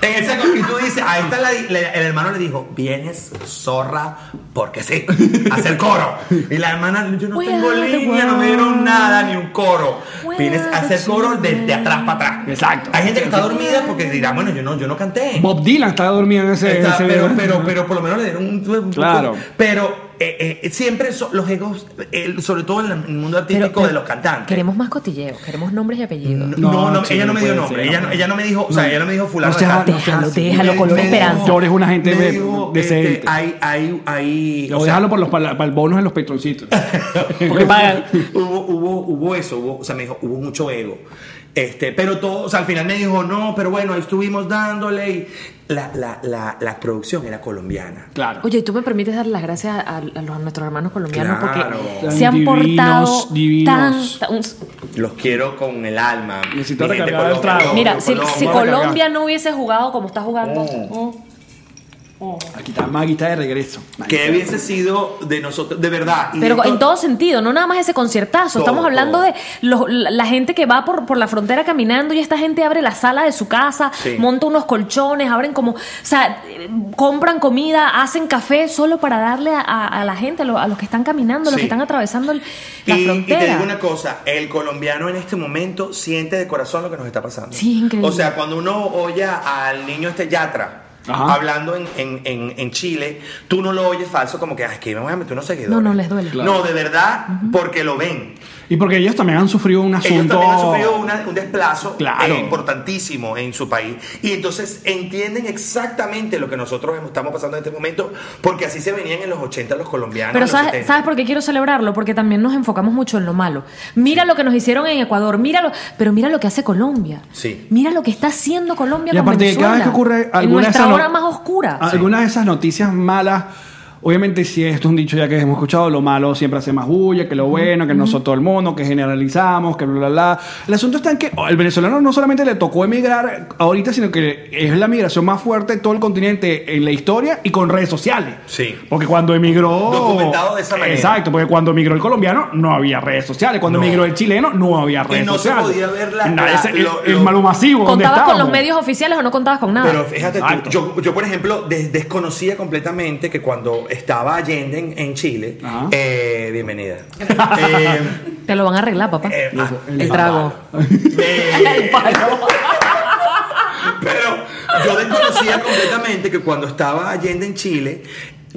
En ese, y tú dices, a esta la- le- el hermano le dijo, vienes zorra porque sí, hacer coro. Y la hermana, yo no
We
tengo
are the
línea, no me dieron nada, ni un coro.
We
Vienes
are
a
the
hacer coro desde atrás para atrás.
Exacto.
Hay gente que está dormida porque dirá, bueno, yo no, yo no canté.
Bob Dylan estaba dormido en ese,
Está-
ese
pero,
video.
pero, pero por lo menos le dieron un. un- un-
Claro.
Pero eh, eh, siempre so- los egos, eh, sobre todo en el
Pero-
mundo artístico de los cantantes.
Queremos más cotilleo, queremos nombres y apellidos.
No, no,
chico,
ella no me dio
puede
nombre.
ser,
ella,
no.
no, ella no me dijo, o sea,
No.
ella no me dijo fulano.
No
de
seas-
tal.
no seas
Déjalo,
así.
déjalo con
Me
una
dijo-
esperanza.
Tú eres una gente
me
de-
dijo,
decente.
este, hay, hay, hay,
O
o sea,
déjalo por los, para, para el bonus en los
<laughs>
petroncitos.
Porque hubo, hubo, hubo eso, hubo, o sea, me dijo, hubo mucho ego. Este, pero todo, o sea, al final me dijo, no, pero bueno, ahí estuvimos dándole. Y la, la, la, la producción era colombiana.
Claro.
Oye, tú me permites dar las gracias a, a los, a nuestros hermanos colombianos
Claro.
porque
Tan
se han
divinos,
portado
divinos.
tan- tan-
Los quiero con el alma.
Necesito
mi gente
recargar el
Colombia,
trago.
Mira,
Colombia,
si, si
Colombia.
Colombia.
Colombia no hubiese jugado como está jugando,
Mm.
mm,
Aquí está Maguita de regreso.
Que hubiese sido de nosotros, de verdad. y
pero
de
en
to-
todo sentido, no nada más ese conciertazo.
Todo,
Estamos hablando
todo.
de los- la la gente que va por, por la frontera caminando y esta gente abre la sala de su casa,
Sí.
monta unos colchones, abren como, o sea, eh, compran comida, hacen café solo para darle a, a- a la gente, a lo- a los, que están caminando, a los
Sí.
que están atravesando el-
Y,
la
y
frontera.
te digo una cosa, el colombiano en este momento siente de corazón lo que nos está pasando.
Sí, increíble.
O sea, cuando uno oye al niño este Yatra
Ajá.
hablando en, en- en- en Chile, tú no lo oyes falso como que, ay, que me voy a meter unos seguidores.
No, no, les duele.
No, de verdad, porque lo ven.
Y porque ellos también han sufrido un asunto.
Ellos también han sufrido una- un desplazo
Claro.
eh, importantísimo en su país. Y entonces entienden exactamente lo que nosotros estamos pasando en este momento, porque así se venían en los 80 los colombianos.
Pero
en Ah, los
¿sabes,
70.
¿sabes por qué quiero celebrarlo? Porque también nos enfocamos mucho en lo malo. Mira lo que nos hicieron en Ecuador, míralo, pero mira lo que hace Colombia.
Sí.
Mira lo que está haciendo Colombia
Y
con
aparte que cada vez que
Venezuela,
ocurre alguna
en
Ah, de
nuestra
esas no-
hora más oscura.
Algunas de esas noticias malas, obviamente si esto es un dicho ya que hemos escuchado, lo malo siempre hace más bulla que lo bueno, que no son todo el mundo, que generalizamos, que bla, bla, bla. El asunto está en que oh, el venezolano no solamente le tocó emigrar ahorita, sino que es la migración más fuerte de todo el continente en la historia y con redes sociales.
Sí.
Porque cuando emigró...
Documentado de esa manera.
Exacto, porque cuando emigró el colombiano no había redes sociales. Cuando
No.
emigró el chileno no había redes
no se
sociales.
podía ver la-
Nada,
la-
ese- el,
lo-
el
lo-
malo masivo. ¿dónde
¿Contabas con los
estábamos?
medios oficiales o no contabas con nada?
Pero fíjate, tú,
Exacto.
yo, yo, por ejemplo des- desconocía completamente que cuando estaba Allende en, en Chile,
Ajá.
eh, bienvenida. Eh,
Te lo van a arreglar, papá.
eh, ah,
el trago.
eh,
<laughs>
El palo.
pero yo desconocía completamente que cuando estaba Allende en Chile,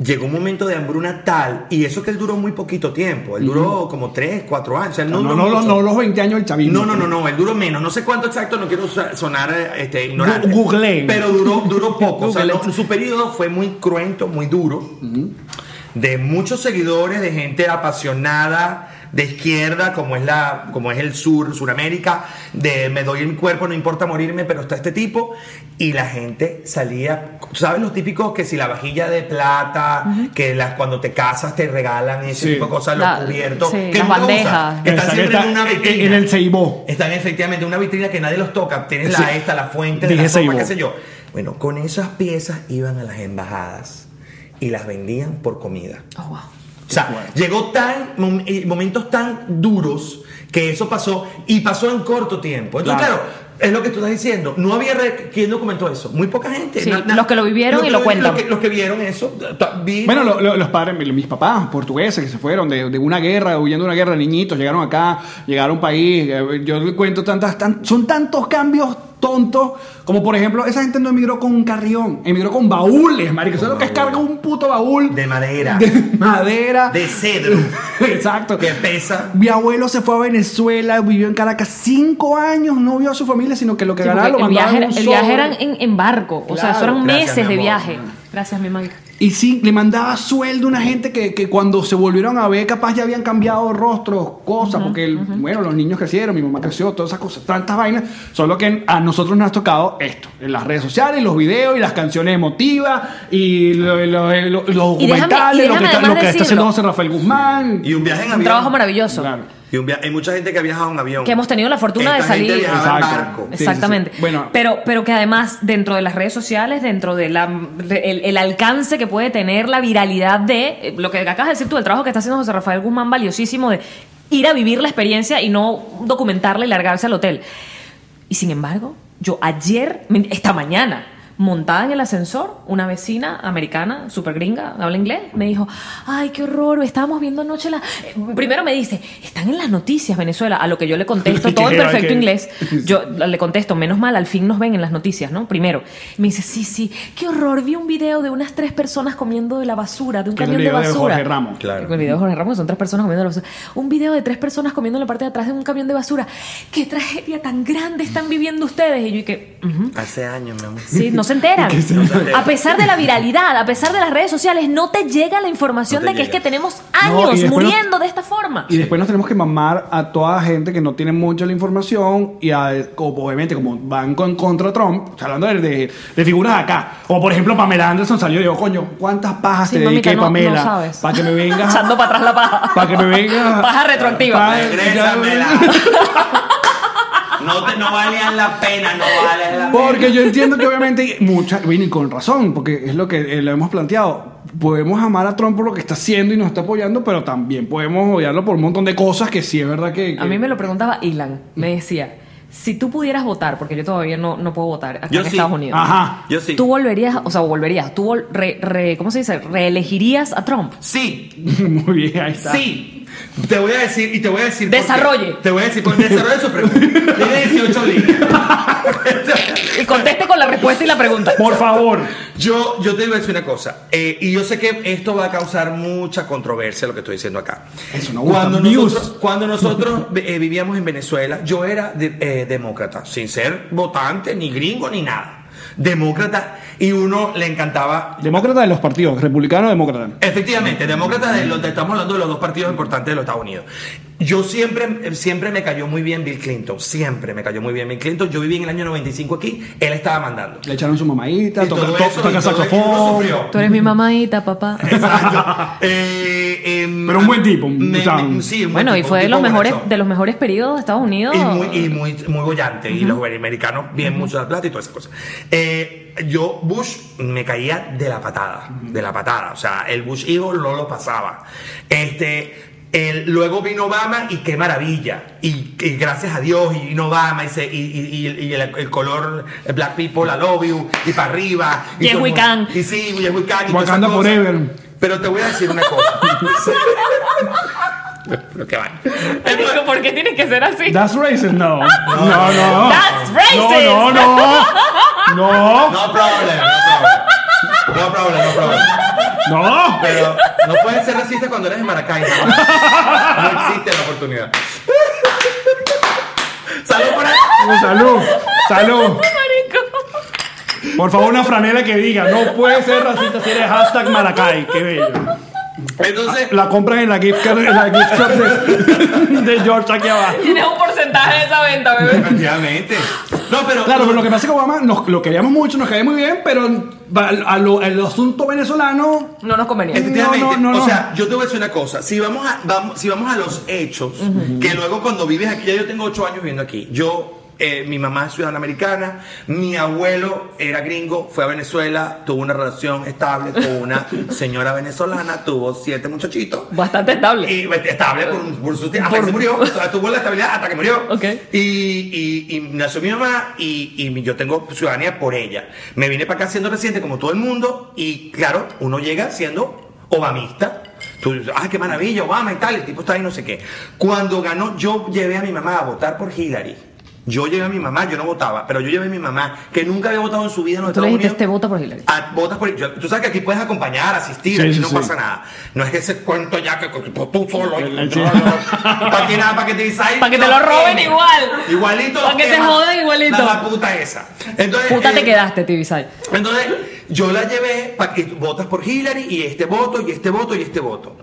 llegó un momento de hambruna tal, y eso que él duró muy poquito tiempo, él duró como 3, 4 años. o sea, él
No, no,
duró
no,
mucho.
no los 20 años del chavismo.
No, no, no, no, él duró menos. No sé cuánto exacto, no quiero sa- sonar eh, este, ignorante.
Gu- googleen.
Pero duró,
<laughs>
duró poco. o sea,
Googleen.
no, su periodo fue muy cruento, muy duro. De muchos seguidores, de gente apasionada de izquierda, como es, la, como es el sur, Suramérica, de me doy mi cuerpo, no importa morirme, pero está este tipo. Y la gente salía, ¿sabes los típicos que si la vajilla de plata, que las cuando te casas te regalan ese
Sí.
tipo de cosas,
La-
los cubiertos,
sí,
que
las
nunca usan?
bandejas.
Están
Esa que
siempre
está
en una
en- en
vitrina.
el Ceibó.
Están efectivamente en una vitrina que nadie los toca. Tienes
Sí.
la esta, la fuente, de
Dije
la sopa,
Ceibó.
qué sé yo. Bueno, con esas piezas iban a las embajadas y las vendían por comida.
Oh, wow.
O sea, llegó tan mom- eh, momentos tan duros que eso pasó y pasó en corto tiempo. Entonces,
Claro.
claro, es lo que tú estás diciendo. No había re- quién documentó eso. Muy poca gente.
Sí,
Na- na-
los que lo vivieron
los
y
que
lo
vi-
cuentan.
Los que, los que vieron eso. ta- vi-
Bueno, lo- lo- los padres, mi- mis papás portugueses que se fueron de, de una guerra, huyendo de una guerra, niñitos, llegaron acá, llegaron a un país. eh, Yo le cuento tantas, tan- son tantos cambios tontos, como por ejemplo, esa gente no emigró con un carrión, emigró con baúles, marico. ¿Sabes lo que es carga un puto baúl?
de madera, de,
de madera.
cedro,
<laughs> Exacto.
que pesa.
Mi abuelo se fue a Venezuela, vivió en Caracas cinco años, no vio a su familia, sino que lo que
Sí,
ganaba
porque
lo
el
mandaba
viaje,
en
era-
un
el viaje
sobre.
eran en, en barco. O sea,
Claro.
eso eran
Gracias,
meses
mi
de
amor.
viaje. Gracias, mi mamá.
Y sí, le mandaba sueldo a una gente que, que cuando se volvieron a ver, capaz ya habían cambiado rostros, cosas, porque, el- bueno, los niños crecieron, mi mamá creció, todas esas cosas, tantas vainas. Solo que a nosotros nos ha tocado esto: en las redes sociales, los videos y las canciones emotivas, y lo- lo- lo- los
Y déjame-
documentales, lo que, está-
y déjame
lo
además
que está haciendo
decirlo.
José Rafael Guzmán.
Y un viaje en avión.
Un trabajo maravilloso.
Claro.
Y un via- hay mucha gente que ha viajado en avión.
Que hemos tenido la fortuna
Esta
de salir.
Gente viajaba en
Exacto.
barco.
Sí, sí,
Exactamente.
sí. Bueno.
pero, pero que además dentro de las redes sociales, dentro del el, el alcance que puede tener la viralidad de eh, lo que acabas de decir tú, el trabajo que está haciendo José Rafael Guzmán, valiosísimo de ir a vivir la experiencia y no documentarla y largarse al hotel. Y sin embargo, yo ayer, me- esta mañana, montada en el ascensor, una vecina americana, súper gringa, habla inglés, me dijo, ay, qué horror, estábamos viendo anoche la... Eh, Primero me dice, están en las noticias Venezuela, a lo que yo le contesto todo en
Que-
perfecto
que-
inglés. Yo le contesto, menos mal, al fin nos ven en las noticias, ¿no? Primero. Y me dice, sí, sí, qué horror, vi un video de unas tres personas comiendo de la basura, de un
Que es el
camión de
video de
basura.
Jorge Ramos.
Claro.
Con el video de Jorge Ramos, son tres personas comiendo la basura. Un video de tres personas comiendo en la parte de atrás de un camión de basura. ¡Qué tragedia tan grande están viviendo ustedes! Y yo, y que. ujú.
Hace años, mi amor.
Sí,
<laughs>
no se enteran. A pesar de la viralidad, a pesar de las redes sociales, no te llega la información
No te
de que
llega.
es que tenemos
No, y
años
después no-
muriendo de esta forma.
Y después nos tenemos que mamar a toda gente que no tiene mucha la información y a- como, obviamente como van con, contra Trump, o sea, hablando de, de- de figuras de acá, o por ejemplo Pamela Anderson salió y dijo, coño, ¿cuántas pajas
Sí,
te
mamita,
dediqué
no-
Pamela?
no sabes".
Para que me vengas...
Echando para atrás
<laughs>
la paja.
Para que me vengas...
Paja retroactiva.
Pa-
Regrésamela. No, te, no valían la pena, no valen la
Porque yo entiendo que obviamente mucha, bueno, y con razón, porque es lo que eh, lo hemos planteado. Podemos amar a Trump por lo que está haciendo y nos está apoyando, pero también podemos odiarlo por un montón de cosas que sí es verdad que.
A mí me lo preguntaba Ilan. Me decía, si tú pudieras votar, porque yo todavía no, no puedo votar acá
Yo
en
sí.
Estados Unidos.
Ajá. <laughs>
pena. Yo sí.
Tú volverías, o sea, volverías, tú vol- re- re- ¿cómo se dice? Reelegirías a Trump.
Sí,
Muy bien, ahí está.
sí. Te voy a decir, y te voy a decir. por qué.
Desarrolle.
Te voy a decir, por desarrolle su pregunta. Tiene 18 líneas.
Y conteste con la respuesta y la pregunta.
Por favor.
Yo, yo te voy a decir una cosa, eh, y yo sé que esto va a causar mucha controversia lo que estoy diciendo acá.
Eso no gusta.
cuando
News.
nosotros, cuando nosotros <laughs> eh, vivíamos en Venezuela, yo era de- eh, demócrata, sin ser votante, ni gringo, ni nada. Demócrata, y uno le encantaba.
Demócrata de los partidos, republicano demócrata.
Efectivamente, demócrata, de los, de- estamos hablando de los dos partidos importantes de los Estados Unidos. Yo siempre, siempre me cayó muy bien Bill Clinton, siempre me cayó muy bien Bill Clinton. Yo viví en el año 95 aquí, él estaba mandando.
Le echaron su mamadita,
Y
toca,
todo
to-
eso,
toca
y todo eso, y uno
saxofón.
sufrió.
Tú eres mi mamadita, papá.
Exacto. Eh, em,
Pero un buen tipo, un-
me-
o sea,
me-
un-
sí, un buen
Bueno, y
tipo,
fue
un
de los
tipo
mejores,
bonachón.
de los mejores periodos de Estados Unidos.
Y muy, y muy, muy bollante. Y los americanos bien mucho de plata y todas esas cosas. Eh, yo, Bush, me caía de la patada. De la patada. O sea, el Bush hijo no lo pasaba. Este. el- luego vino Obama y qué maravilla. Y, y gracias a Dios, y vino Obama y, se- y, y- y- y el, el color Black People, I love you, y para arriba. Y
Yes,
todo
we
el mundo-
can.
Y sí, Yes, we can. y todas esas
Wakanda
cosas.
Forever.
Pero te voy a decir
<laughs>
una cosa. Pero qué va.
Marico, ¿Por qué tiene que ser así?
That's racist,
<laughs>
no. No, no.
That's racist.
No, no, no. No,
No problem, no problem. No problem, no problem.
no.
Pero no puedes ser racista cuando eres de Maracay. No, No existe la oportunidad. Salud por ahí.
Salud, salud. Por favor, una franela que diga, no puede ser racista si eres hashtag Maracay. Qué bello.
Entonces,
La compran en la gift card, en la gift shop de, de George aquí abajo.
Tienes un porcentaje de esa venta, bebé.
efectivamente. No, pero.
Claro, pero lo que pasa es que Obama nos, lo queríamos mucho, nos caía muy bien, pero va- a lo- el asunto venezolano.
No nos convenía.
Efectivamente,
No, no, no,
o
no.
sea, yo te voy a decir una cosa. Si vamos a, vamos, si vamos a los hechos, que luego cuando vives aquí, ya yo tengo ocho años viviendo aquí. Yo, eh, mi mamá es ciudadana americana, mi abuelo era gringo, fue a Venezuela, tuvo una relación estable
<laughs>
con una señora venezolana, tuvo siete muchachitos.
Bastante estable.
Y pues, estable por, por su tiempo. Hasta que
Por-
se murió. O sea, tuvo la estabilidad hasta que murió.
Ok.
Y, y, y nació mi mamá y, y yo tengo ciudadanía por ella. Me vine para acá siendo reciente como todo el mundo y claro, uno llega siendo obamista. Tú dices, ah, qué maravilla, Obama y tal, el tipo está ahí, no sé qué. Cuando ganó, yo llevé a mi mamá a votar por Hillary. Yo llevé a mi mamá, yo no votaba, pero yo llevé a mi mamá, que nunca había votado en su vida en los
Tú le
Estados
dijiste,
Unidos.
este vota por Hillary.
Ah, votas por- yo- tú sabes que aquí puedes acompañar, asistir,
Sí,
aquí
sí,
no
sí.
pasa nada. No es que ese cuento ya que, que tú solo.
sí.
Para que nada, para que te disáis
Pa' que te
los
lo roben
temas.
igual.
Igualito.
Pa'
los
que te
temas.
jodan igualito.
La, la puta esa. Entonces,
Puta, te
eh,
quedaste, Tibisay.
entonces, yo la llevé para que votas por Hillary y este voto, y este voto, y este voto.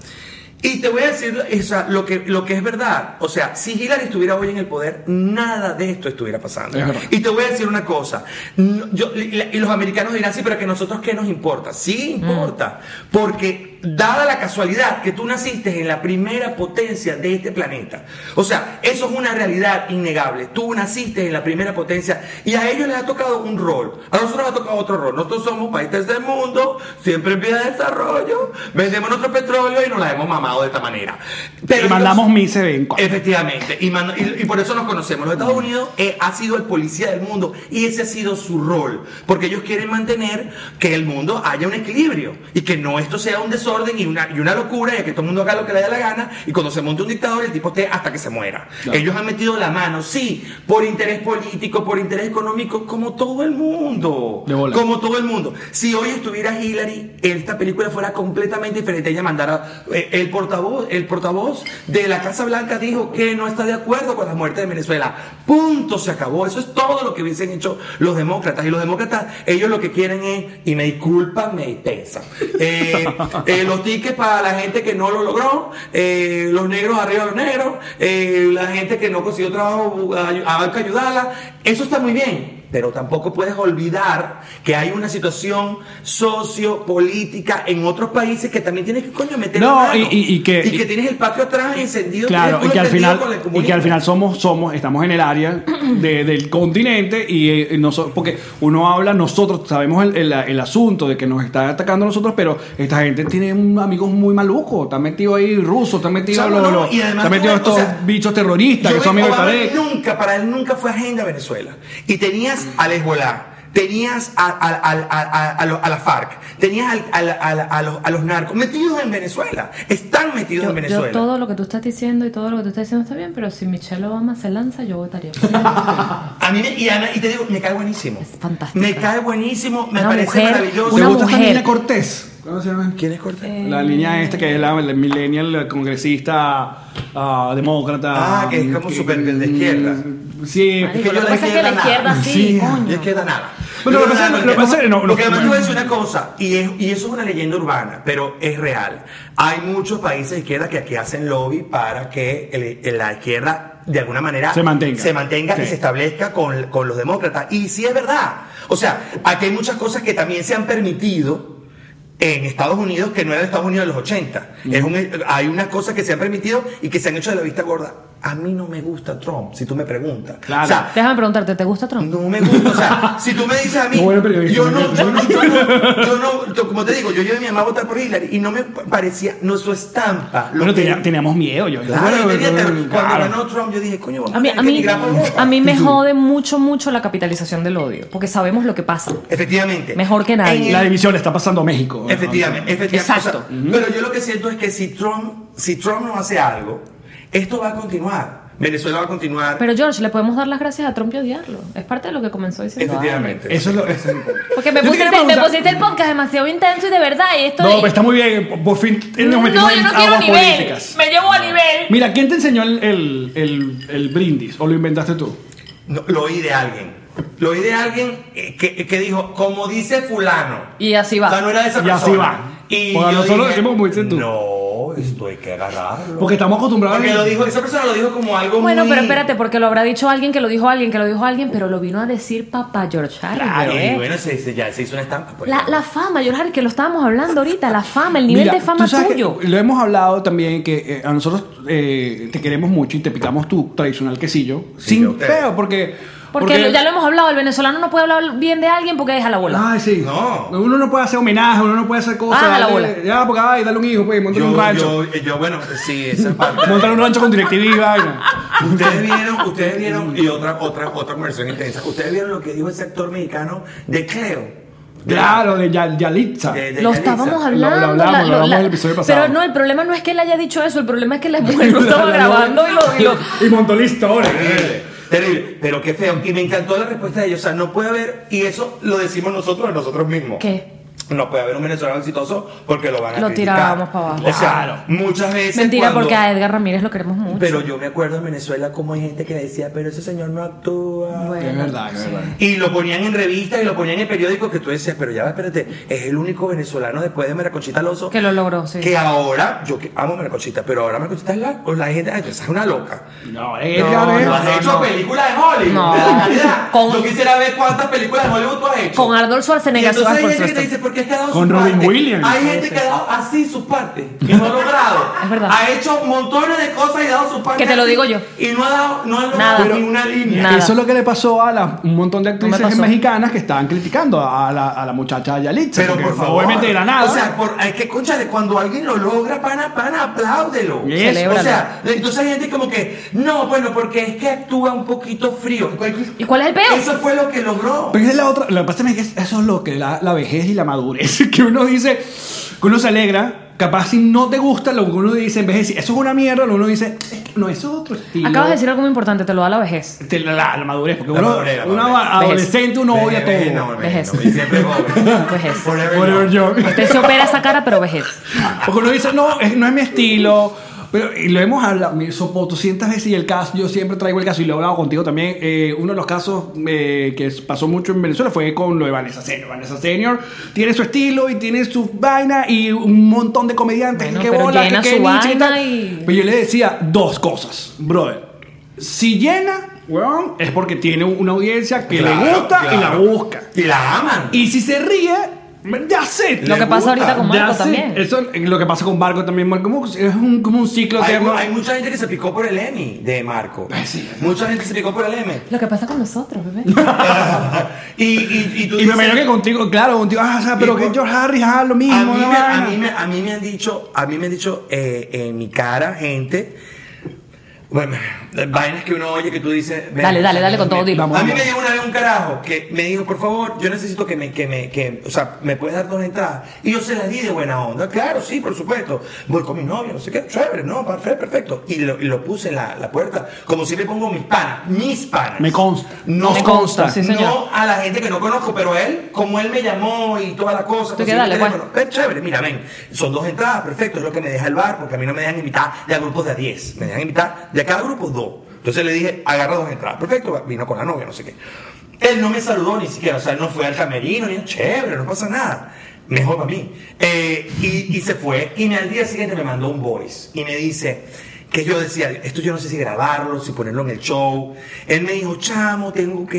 Y te voy a decir o sea, lo, que, lo que es verdad. O sea, si Hillary estuviera hoy en el poder, nada de esto estuviera pasando.
Es verdad.
Y te voy a decir una cosa. No, yo- y, la- y los americanos dirán, sí, pero que nosotros qué nos importa. Sí importa. Porque que, dada la casualidad que tú naciste en la primera potencia de este planeta, o sea, eso es una realidad innegable. Tú naciste en la primera potencia y a ellos les ha tocado un rol. A nosotros nos ha tocado otro rol. Nosotros somos países del mundo, siempre en vía de desarrollo, vendemos nuestro petróleo y nos la hemos mamado de esta manera.
Pero
ellos-
eh, mandamos mises de vez en cuando.
Efectivamente, y, manda- y- y por eso nos conocemos. Los Estados Unidos eh, ha sido el policía del mundo y ese ha sido su rol, porque ellos quieren mantener que el mundo haya un equilibrio y que no esto sea un desorden y una, y una locura y que todo el mundo haga lo que le dé la gana y cuando se monte un dictador el tipo esté hasta que se muera. Ellos han metido la mano, sí, por interés político, por interés económico, como todo el mundo.
De bola.
Como todo el mundo. Si hoy estuviera Hillary, esta película fuera completamente diferente. Ella mandara eh, el portavoz, el portavoz de la Casa Blanca dijo que no está de acuerdo con las muertes de Venezuela. Punto, se acabó. Eso es todo lo que hubiesen hecho los demócratas. Y los demócratas, ellos lo que quieren es, y me disculpan, me dispensan.
<laughs>
Eh, eh, los tickets para la gente que no lo logró, eh, los negros arriba de los negros, eh, la gente que no consiguió trabajo, ay- hay que ayudarla. Eso está muy bien. Pero tampoco puedes olvidar que hay una situación sociopolítica en otros países que también tienes que coño meter
No,
la mano.
y- y- y que- y-
tienes el patio atrás encendido
Claro, y
tienes
que,
el
al
culo encendido
final,
con el
y que
comunismo.
al final somos, somos, estamos en el área de- del continente y eh, noso- porque uno habla, nosotros sabemos el, el- el asunto de que nos está atacando a nosotros, pero esta gente tiene un- amigos muy malucos, está metido ahí rusos, está metido
Chamo,
los-
no,
los-
y además
está metido
tú ves,
estos
o sea,
bichos terroristas que
Yo
son
vi-
amigos de
Obama
Tarek.
nunca, para él nunca fue agenda Venezuela. Y tenías al Hezbollah, tenías a, a- a- a- a- a lo- a la FARC, tenías al- al- al- a, los, a los narcos metidos en Venezuela. Están metidos
Yo,
en
yo
Venezuela.
todo lo que tú estás diciendo y todo lo que tú estás diciendo está bien, pero si Michelle Obama se lanza, yo votaría. por ella.
<laughs> A mí, me- y, Ana, y te digo, me cae buenísimo.
Es fantástica.
Me cae buenísimo, me
Una
parece
mujer,
¿Te
maravilloso.
una
gusta esta
mujer.
niña Cortés? ¿Cómo se llama?
¿Quién es Cortés?
Eh,
La niña esta que es la, la millennial, la congresista ah, demócrata. Mm,
Ah, que es como súper de izquierda.
Sí,
Marico,
que yo
lo que
la
pasa es que la
izquierda
izquierda
nada.
sí,
Sí.
coño.
Ya queda nada.
Bueno, lo
Ya
que
queda
pasa-
nada,
lo que pasa es que no- no-
porque además te voy a decir una cosa, y, es- y eso es una leyenda urbana, pero es real. Hay muchos países de izquierda que aquí hacen lobby para que el- el- la izquierda de alguna manera
Se mantenga.
se mantenga
Sí.
y se establezca con, con los demócratas. Y sí es verdad. O sea, aquí hay muchas cosas que también se han permitido en Estados Unidos que no era de Estados Unidos de los 80.
Mm.
Es un- hay unas cosas que se han permitido y que se han hecho de la vista gorda. A mí no me gusta Trump, si tú me preguntas.
Claro.
O sea,
Déjame preguntarte, ¿te gusta Trump?
no me gusta,
<laughs>
o sea, si tú me dices a mí,
No, bueno, pero-
yo no, yo no, yo no, yo no- yo- como te digo, yo llevé a mi mamá a votar por Hillary y no me parecía, no su estampa. lo
Bueno,
que-
tenía- teníamos miedo yo.
Claro, yo tenía
claro.
terror. cuando ganó Trump, yo dije, coño, vamos
A mí,
tener
a,
que
mí,
migrar por Europa.
a mí me jode mucho, mucho la capitalización del odio, porque sabemos lo que pasa.
Efectivamente.
Mejor que nadie.
Eh, En el-
La división le está pasando a México. ¿no?
Efectivamente, efectivamente.
Exacto.
O sea, Pero yo lo que siento es que si Trump, si Trump no hace algo, esto va a continuar. Venezuela va a continuar.
Pero George, le podemos dar las gracias a Trump y odiarlo. Es parte de lo que comenzó diciendo.
efectivamente.
Eso es lo eso es lo-
Porque me
Yo quería
pusiste, me
preguntar-
pusiste el podcast demasiado intenso y de verdad, y esto
No,
de-
pero está muy bien. Por fin nos
no,
metimos
yo
en
no quiero
aguas
nivel.
políticas.
Me llevo a nivel.
Mira, ¿quién te enseñó el, el, el, el brindis? ¿O lo inventaste tú?
No, lo oí de alguien. Lo oí de alguien eh, que, que dijo, como dice fulano.
Y así
O sea, no
va.
era de esa
Y así
persona.
va.
Y
Porque
yo
nosotros
dije,
decimos como dices tú.
No, esto hay que agarrarlo.
Porque estamos acostumbrados
Porque
a-
lo dijo, esa persona lo dijo como algo
Bueno,
muy...
pero espérate, porque lo habrá dicho alguien que lo dijo alguien, que lo dijo alguien, pero lo vino a decir papá George Harris.
Claro,
bebé.
y bueno, se, se- ya se hizo una estampa. pues.
¿eh? La, la fama, George Harris, que lo estábamos hablando ahorita, la fama, el nivel
Mira,
de fama
tú sabes que
tuyo.
Lo hemos hablado también que eh, a nosotros eh, te queremos mucho y te picamos tu tradicional quesillo.
Sí,
sin
yo te-
peo, porque.
Porque, ya lo hemos hablado, el venezolano no puede hablar bien de alguien porque deja la bola.
Ay, sí.
No.
Uno no puede hacer homenaje, uno no puede hacer cosas.
Baja Ah, la
dale-
bola.
Ya, porque ay, dale un hijo, pues, montar
yo,
un rancho.
yo, yo, bueno, sí,
<laughs>
esa es parte.
Montar un rancho con directividad. y vaina.
<laughs> Ustedes vieron, ustedes vieron, y otra, otra, otra conversación intensa. Ustedes vieron lo que dijo el sector mexicano de Cleo. De-
Claro, de Ya- Yalitza.
de- de
Lo
Yalitza.
estábamos
Lo- lo
hablando.
hablamos, lo hablamos en el episodio pasado.
Pero no, el problema no es que él haya dicho eso, el problema es que la mujer Pues
<laughs>
lo estaba
La- la-
grabando y lo. y lo-
Y montó la historia.
Terrible, terrible. Pero qué feo. Y me encantó la respuesta de ellos. O sea, no puede haber, y eso lo decimos nosotros a nosotros mismos.
¿Qué?
No puede haber un venezolano exitoso porque lo van a
Lo
criticar.
tirábamos para abajo.
O sea,
Claro.
muchas veces.
Mentira,
cuando-
porque a Edgar Ramírez lo queremos mucho.
Pero yo me acuerdo en Venezuela como hay gente que decía, pero ese señor no actúa.
Bueno,
Es verdad, es verdad.
Y lo ponían en revistas y lo ponían en periódicos que tú decías, pero ya va, espérate, es el único venezolano después de Maraconchita Loso
Que lo logró, sí.
Que ahora, yo que amo Maraconchita, pero ahora Maraconchita es la, o la gente, ay, esa es una loca.
No, eh,
No,
ella
no,
es-
has hecho películas de Hollywood.
No.
de la calidad.
Con-
Yo quisiera ver cuántas películas de Hollywood tú has hecho.
Con Arnold
Y
Schwarzenegger.
entonces hay
por
gente que te
supuesto.
dice, ¿por que ha dado
Con
su
Robin
parte.
Williams.
Hay gente que ha dado así sus partes y no ha logrado.
<laughs> Es verdad.
Ha hecho montones de cosas y ha dado sus partes.
Que te lo
así
digo yo.
Y no ha dado no ha logrado
Nada. Pero-
ninguna línea.
Nada.
Eso es lo que le pasó a la- un montón de actrices
pasó.
mexicanas que estaban criticando a la, a la muchacha Yalitza.
Pero
porque
por
fue
favor.
Obviamente de la nada.
O sea, por, es que, concha, cuando alguien lo logra, pana, pana, apláudelo.
Eso. Celébralo.
O sea, entonces hay gente como que, no, bueno, porque es que actúa un poquito frío.
¿Y cuál es el peor?
Eso fue lo que logró.
Pero esa es la otra. Lo que pasa es que eso es lo que la, la vejez y la madurez. <laughs> Que uno dice, que uno se alegra. Capaz si no te gusta lo que uno dice en vez de decir, eso es una mierda, lo que uno dice, "Es que no, eso es otro estilo.
Acabas de decir algo muy importante, te lo da la vejez.
Te- la, la madurez, porque
La
uno,
madurez, la
uno
madurez.
adolescente uno odia todo.
Vejez, no, vejez,
Vejez.
no, y siempre joven.
Vejez.
<laughs>
Forever
Forever
young.
young.
Usted se opera esa cara, pero
<laughs>
vejez.
Porque uno dice, no, es- no es mi estilo. Pero, y lo hemos hablado, me sopo 200 veces y el caso, yo siempre traigo el caso y lo he hablado contigo también. eh, uno de los casos eh, que s- pasó mucho en Venezuela fue con lo de Vanessa Senior. Vanessa Senior tiene su estilo y tiene su vaina y un montón de comediantes
Bueno,
que
pero
bola,
llena
que, que
su
Nietzsche y
vaina
tal.
y-
Pero yo le decía dos cosas, brother. Si llena, weón, es porque tiene una audiencia que le
Claro,
gusta y la
claro.
busca.
Y la aman.
Y si se ríe, ya sé.
Lo
Le
que pasa
gusta,
ahorita con
Ya
Marco
sé,
también.
Eso es lo que pasa con Barco también. Marco, como- es un, como un ciclo
hay,
eterno.
hay mucha gente que se picó por el Emmy de Marco. Mucha gente se picó por
<laughs>
el Emmy. <laughs>
Lo que pasa con nosotros, bebé.
y, y, y tú
y me
dices-
imagino que contigo, claro, contigo, ah, o sea, pero
Y
que
por-
George Harris, ah, lo mismo.
a mí,
la
me, a,
vaina.
mí me, a mí me han dicho, a mí me han dicho eh, en mi cara, gente. Bueno, vainas que uno oye que tú dices. ven,
Dale, dale, dale con todo, dilo.
Vamos.
A mí me llegó una vez un carajo que me dijo, por favor, yo necesito que me, que me, que, o sea, me puedes dar dos entradas. Y yo se las di de buena onda, claro, sí, por supuesto. Voy con mi novio, no sé qué, chévere, no, perfecto, perfecto. Y lo, y lo puse en la, la puerta, como siempre pongo mis panas, mis panas.
Me consta.
No,
Me consta, sí, señor.
no a la gente que no conozco, pero él, como él me llamó y toda la cosa,
Tú que
consiguió el
dale, pues.
teléfono. Pero chévere, mira, ven, son dos entradas, perfecto, es lo que me deja el bar, porque a mí no me dejan invitar de a grupos de a 10, me dejan invitar de a cada grupo dos. Entonces le dije, agarra dos entradas, perfecto, vino con la novia, no sé qué. Él no me saludó ni siquiera, o sea, él no fue al camerino, ni chévere, no pasa nada. Mejor para mí. Eh, y, y se fue, y me- al día siguiente me mandó un voice, y me dice, que yo decía, esto yo no sé si grabarlo, si ponerlo en el show. Él me dijo, chamo, tengo que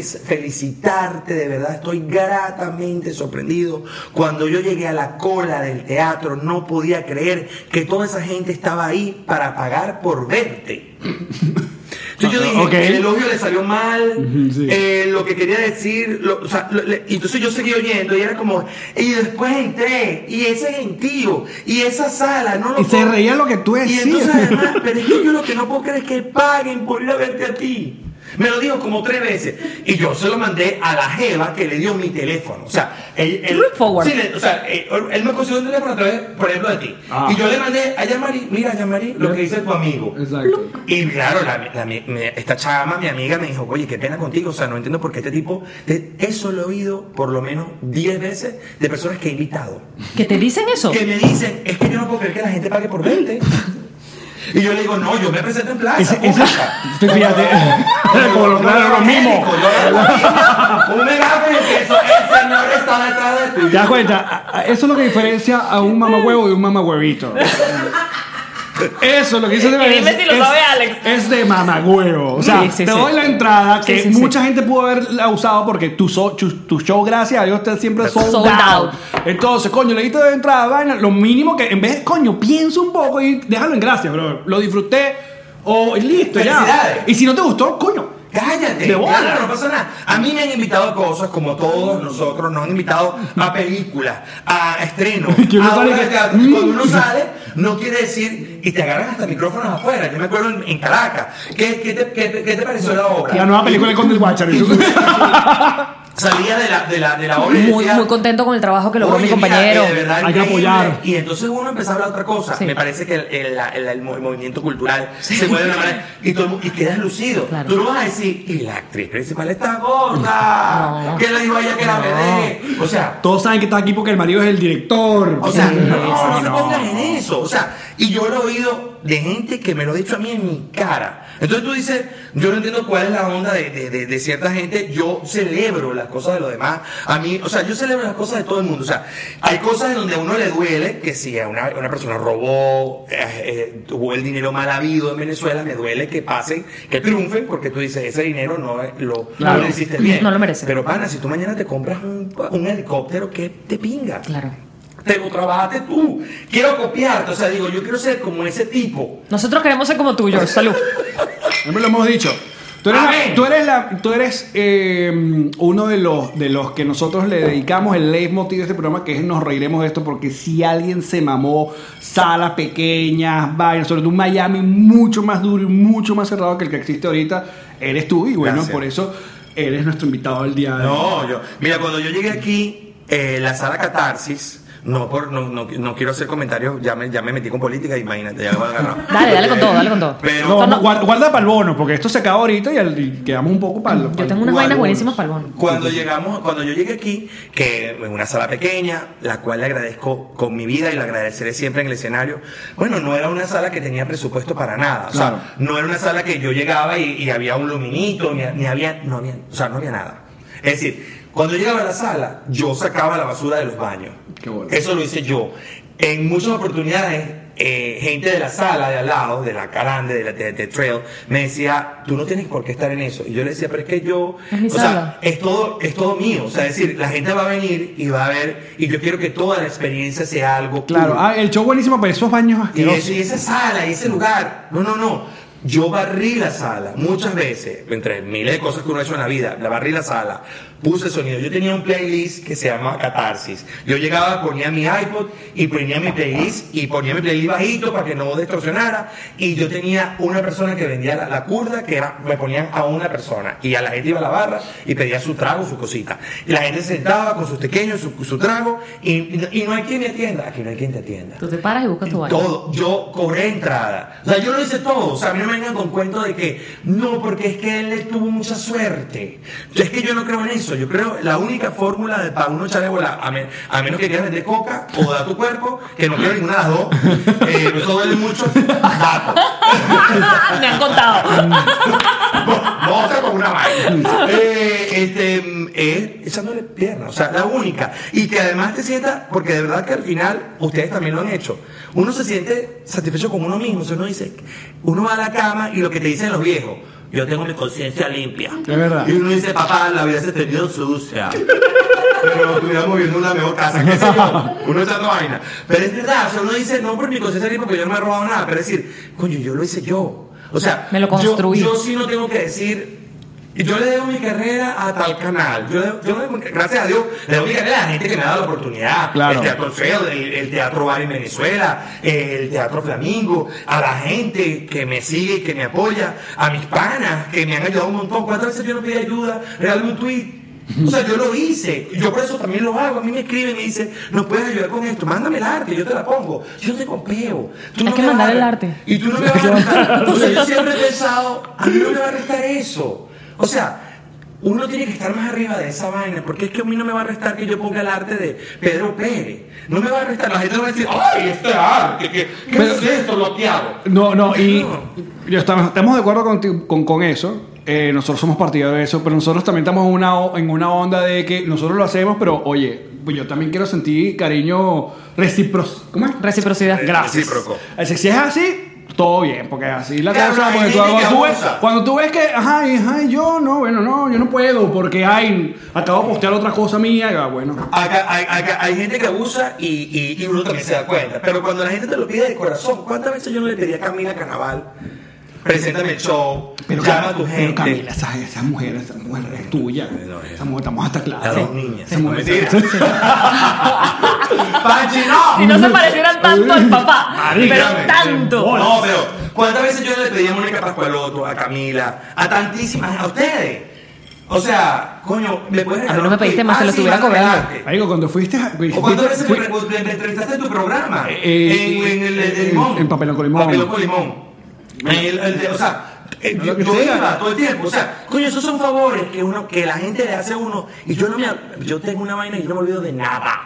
felicitarte, de verdad estoy gratamente sorprendido. Cuando yo llegué a la cola del teatro, no podía creer que toda esa gente estaba ahí para pagar
<laughs>
por verte. Entonces yo dije,
Ah, Ok.
el elogio le salió mal,
Ujú, sí.
eh, lo que quería decir, lo- o sea, lo- le- y entonces yo seguí oyendo y era como, y después entré, y ese gentío, y esa sala, no lo
Y se
puedo-
reía lo que tú
y
decías.
entonces además, pero es que yo lo que no puedo creer es que paguen por ir a verte a ti. Me lo dijo como tres veces. Y yo se lo mandé a la Jeva que le dio mi teléfono. O sea, él, él-
Look forward.
Sí, le- o sea, él, él me consiguió un teléfono a través, por ejemplo, de ti.
Ah.
Y yo le mandé a Yamari, mira Yamari, lo que dice tu amigo.
<laughs> Exacto.
Y claro, la- la- mi- mi- esta chama, mi amiga, me dijo, oye, qué pena contigo, o sea, no entiendo por qué este tipo, te- eso lo he oído por lo menos 10 veces de personas que he invitado
¿Que te dicen
<laughs>
eso?
que me dicen, es que yo no puedo creer que la gente pague por 20. Y yo le digo, no, yo me presento en plaza.
Ese- ese-
pública.
tú fíjate, <laughs> como lo- claro, lo mismo.
Yo era lo mismo. Un megáfono y que eso, el señor está detrás de
¿Te
tuyo.
das cuenta? A- a- Eso es lo que diferencia a un mamahuevo de un mamahuevito. Eso es lo que dice
Y dime si lo
es,
sabe Alex.
Es de mamahuevo. O sea,
Sí, sí,
te
sí.
doy la entrada que
Sí, sí, sí.
mucha gente pudo haberla usado porque tu, so- tu, tu show, gracias a Dios, está siempre sold,
Sold
out.
out.
Entonces, coño, le diste de entrada, vaina. Lo mínimo que, en vez, coño, piensa un poco y déjalo en gracias, bro. Lo disfruté o y listo, ya.
Felicidades.
Y si no te gustó, coño.
Cállate,
De bola.
claro, no pasa nada. A mí me han invitado a cosas como todos nosotros, nos han invitado a películas, a estrenos.
<laughs> Que uno
a
sale
obras
que-
de teatro. Y
Mm.
Cuando uno sale, no quiere decir, y te agarran hasta micrófonos afuera. Yo me acuerdo en, en Caracas. ¿Qué, qué te, qué- qué te pareció la obra?
La nueva película con el Watcher.
Salía de la, de la, de la obra y
Muy,
decía,
muy contento con el trabajo que logró
"Oye,
mi
mira,
compañero.
eh, de verdad,
Hay que
increíble".
apoyar.
Y entonces uno empezó a hablar otra cosa.
Sí.
Me parece que el, el- la- el- el mo- el movimiento cultural se mueve de una manera. Y, todo el mu- y quedas lucido.
Claro.
Tú no vas a decir, y la actriz principal está gorda.
No.
Que le dijo a ella que la me dé. O sea,
Todos saben que está aquí porque el marido es el director.
o sea,
Sí.
no, no, se pongan en eso. O sea, Y yo lo he oído de gente que me lo ha dicho a mí en mi cara. Entonces tú dices, yo no entiendo cuál es la onda de, de- de- de cierta gente. Yo celebro las cosas de los demás. A mí, o sea, yo celebro las cosas de todo el mundo. O sea, hay cosas en donde a uno le duele, que si a una, una persona robó, eh, eh, tuvo el dinero mal habido en Venezuela, me duele que pasen, que triunfen, porque tú dices, ese dinero no es- lo,
Claro.
no lo hiciste bien.
No lo merece.
Pero, pana, si tú mañana te compras un, un helicóptero, que te pinga?
Claro.
Te lo trabajaste tú. Quiero copiarte. O sea, digo, yo quiero ser como ese tipo.
Nosotros queremos ser como tú, George. Salud.
Siempre lo hemos dicho. Tú eres,
Amén.
tú eres, la- tú eres, eh, uno de los, de los que nosotros le dedicamos el leitmotiv de este programa, que es nos reiremos de esto, porque si alguien se mamó salas pequeñas, vainas, sobre todo un Miami mucho más duro y mucho más cerrado que el que existe ahorita, eres tú. Y bueno,
Gracias.
por eso eres nuestro invitado del día de hoy.
No, yo. Mira, cuando yo llegué aquí, eh, la sala catarsis. No, por, no, no, no quiero hacer comentarios, ya me, ya me metí con política, imagínate, ya me voy a agarrar.
Dale, dale con todo, dale con todo.
Pero,
No, no, guarda, guarda para el bono, porque esto se acaba ahorita y, al- y quedamos un poco para
Yo tengo unas vainas
Algunos.
buenísimas para el bono.
Cuando llegamos, cuando yo llegué aquí, que en una sala pequeña, la cual le agradezco con mi vida y la agradeceré siempre en el escenario. Bueno, no era una sala que tenía presupuesto para nada. O sea,
Claro.
no era una sala que yo llegaba y, y había un luminito, ni, ni había, no había, o sea, no había nada. Es decir, cuando llegaba a la sala, yo sacaba la basura de los baños.
Qué bueno.
Eso lo hice yo. En muchas oportunidades, eh, gente de la sala de al lado, de la carande, de la de- de trail, me decía, tú no tienes por qué estar en eso. Y yo le decía, pero es que yo,
Es mi
o sea,
sala.
es todo, es todo mío. O sea, es decir, la gente va a venir y va a ver, y yo quiero que toda la experiencia sea algo.
Claro,
puro.
ah, el show buenísimo, pero esos baños
y,
asquerosos.
ese- y esa sala, y ese lugar. No, no, no. Yo barrí la sala muchas veces, entre miles de cosas que uno ha hecho en la vida, la barrí la sala, puse sonido. Yo tenía un playlist que se llama Catarsis. Yo llegaba, ponía mi iPod y ponía mi playlist y ponía mi playlist bajito para que no distorsionara. Y yo tenía una persona que vendía la, la curda, que era, me ponían a una persona. Y a la gente iba a la barra y pedía su trago, su cosita. Y la gente se sentaba con sus pequeños, su, su trago. Y, y no hay quien me atienda. Aquí no hay quien te atienda.
Tú te paras y buscas tu vaina.
Todo, yo cobré entrada. O sea, yo lo hice todo. O sea, a mí no me vengan con cuento de que no, porque es que él tuvo mucha suerte. Es que yo no creo en eso. Yo creo la única fórmula de para uno echarle bola, a, men- a menos que quieras vender coca o da tu cuerpo, que no quiero ninguna de las dos, eh, eso duele mucho, dato.
Me han contado.
Bota con una vaina. Eh, este, mm, es echándole pierna, o sea, la única. Y que además te sientas, porque de verdad que al final ustedes también lo han hecho. Uno se siente satisfecho con uno mismo. O sea, uno dice, uno va a la cama y lo que te dicen los viejos. Yo tengo mi conciencia limpia.
Es verdad.
Y uno dice, papá, la vida se te dio
<laughs>
sucia. Pero estuviéramos viviendo en una mejor casa, qué sé yo. Uno echando vaina. Pero es verdad, o sea, uno dice, no por mi conciencia limpia, porque yo no me he robado nada. Pero es decir, coño, yo lo hice yo. O sea,
Me lo
yo-
construí.
yo sí no tengo que decir. Yo le debo mi carrera a tal canal. Yo, le- yo le debo- gracias a Dios, le debo mi carrera a la gente que me ha dado la oportunidad.
Claro.
El Teatro Feo, el, el Teatro Bar en Venezuela, el Teatro Flamingo, a la gente que me sigue y que me apoya, a mis panas que me han ayudado un montón. ¿Cuántas veces yo no pedí ayuda? Regálame un tweet. O sea, yo lo hice. Yo por eso también lo hago. A mí me escriben y me dicen, ¿nos puedes ayudar con esto? Mándame el arte, yo te la pongo. Yo te compeo. Tú
Hay
no
que
me vas a-
mandar el arte.
y tú no me vas a restar. O sea, yo siempre he pensado, a mí no me va a restar eso. O sea, uno tiene que estar más arriba de esa vaina, porque es que a mí no me va a restar que yo ponga el arte de Pedro Pérez. No me va a restar. La gente no va a decir, ¡ay, este arte! ¿Qué, qué
Pero-
es esto, lo que hago?
No, no, y
No.
yo estamos, estamos de acuerdo conti- con, con eso. eh, nosotros somos partidarios de eso, pero nosotros también estamos en una, o- en una onda de que nosotros lo hacemos, pero oye, pues yo también quiero sentir cariño recíproco. ¿Cómo es?
Reciprocidad.
Gracias.
Eh, Recíproco.
Así- Si es así, todo bien, porque así la
Claro,
cosa.
hay
porque
gente
cuando,
que
tú ves,
abusa.
cuando tú ves que, ajá, y- ajá, y yo no, bueno, no, yo no puedo, porque ay, acabo de postear otra cosa mía, y, ah, bueno.
Acá- hay, acá- hay gente que abusa y, y- y uno también se da cuenta. Pero cuando la gente te lo pide de corazón, ¿cuántas veces yo no le pedí a Camila Carnaval? Preséntame el show, llama a tu
pero
gente.
Camila, esa, esa mujer, esa mujer es tuya.
No, ya.
Esa mujer, estamos hasta claros.
Las dos niñas.
Esa mujer-
¡Panchi, no!
Si no se parecieran tanto al papá,
Marica,
pero tanto.
No, pero ¿cuántas veces yo le pedí a Mónica Pascualoto, a Camila, a tantísimas, a ustedes? O sea, coño, ¿me puedes regalar?
A mí no me
un
pediste
tweet?
más, te lo
sí,
tuviera
mándame
cobrado.
<laughs> el arte.
Marico, cuando fuiste. a-
¿O cuántas veces
fui-
me, me- me entrevistaste en tu programa?
Eh,
en, en, el- el- el
en-
limón.
en Papelón con Limón.
Papelón con limón. En el- el de- o sea, eh,
No,
yo,
lo que
yo
sea.
iba todo el tiempo. O sea, coño, esos son favores que uno, que la gente le hace a uno. Y yo no me, yo tengo una vaina y yo no me olvido de nada.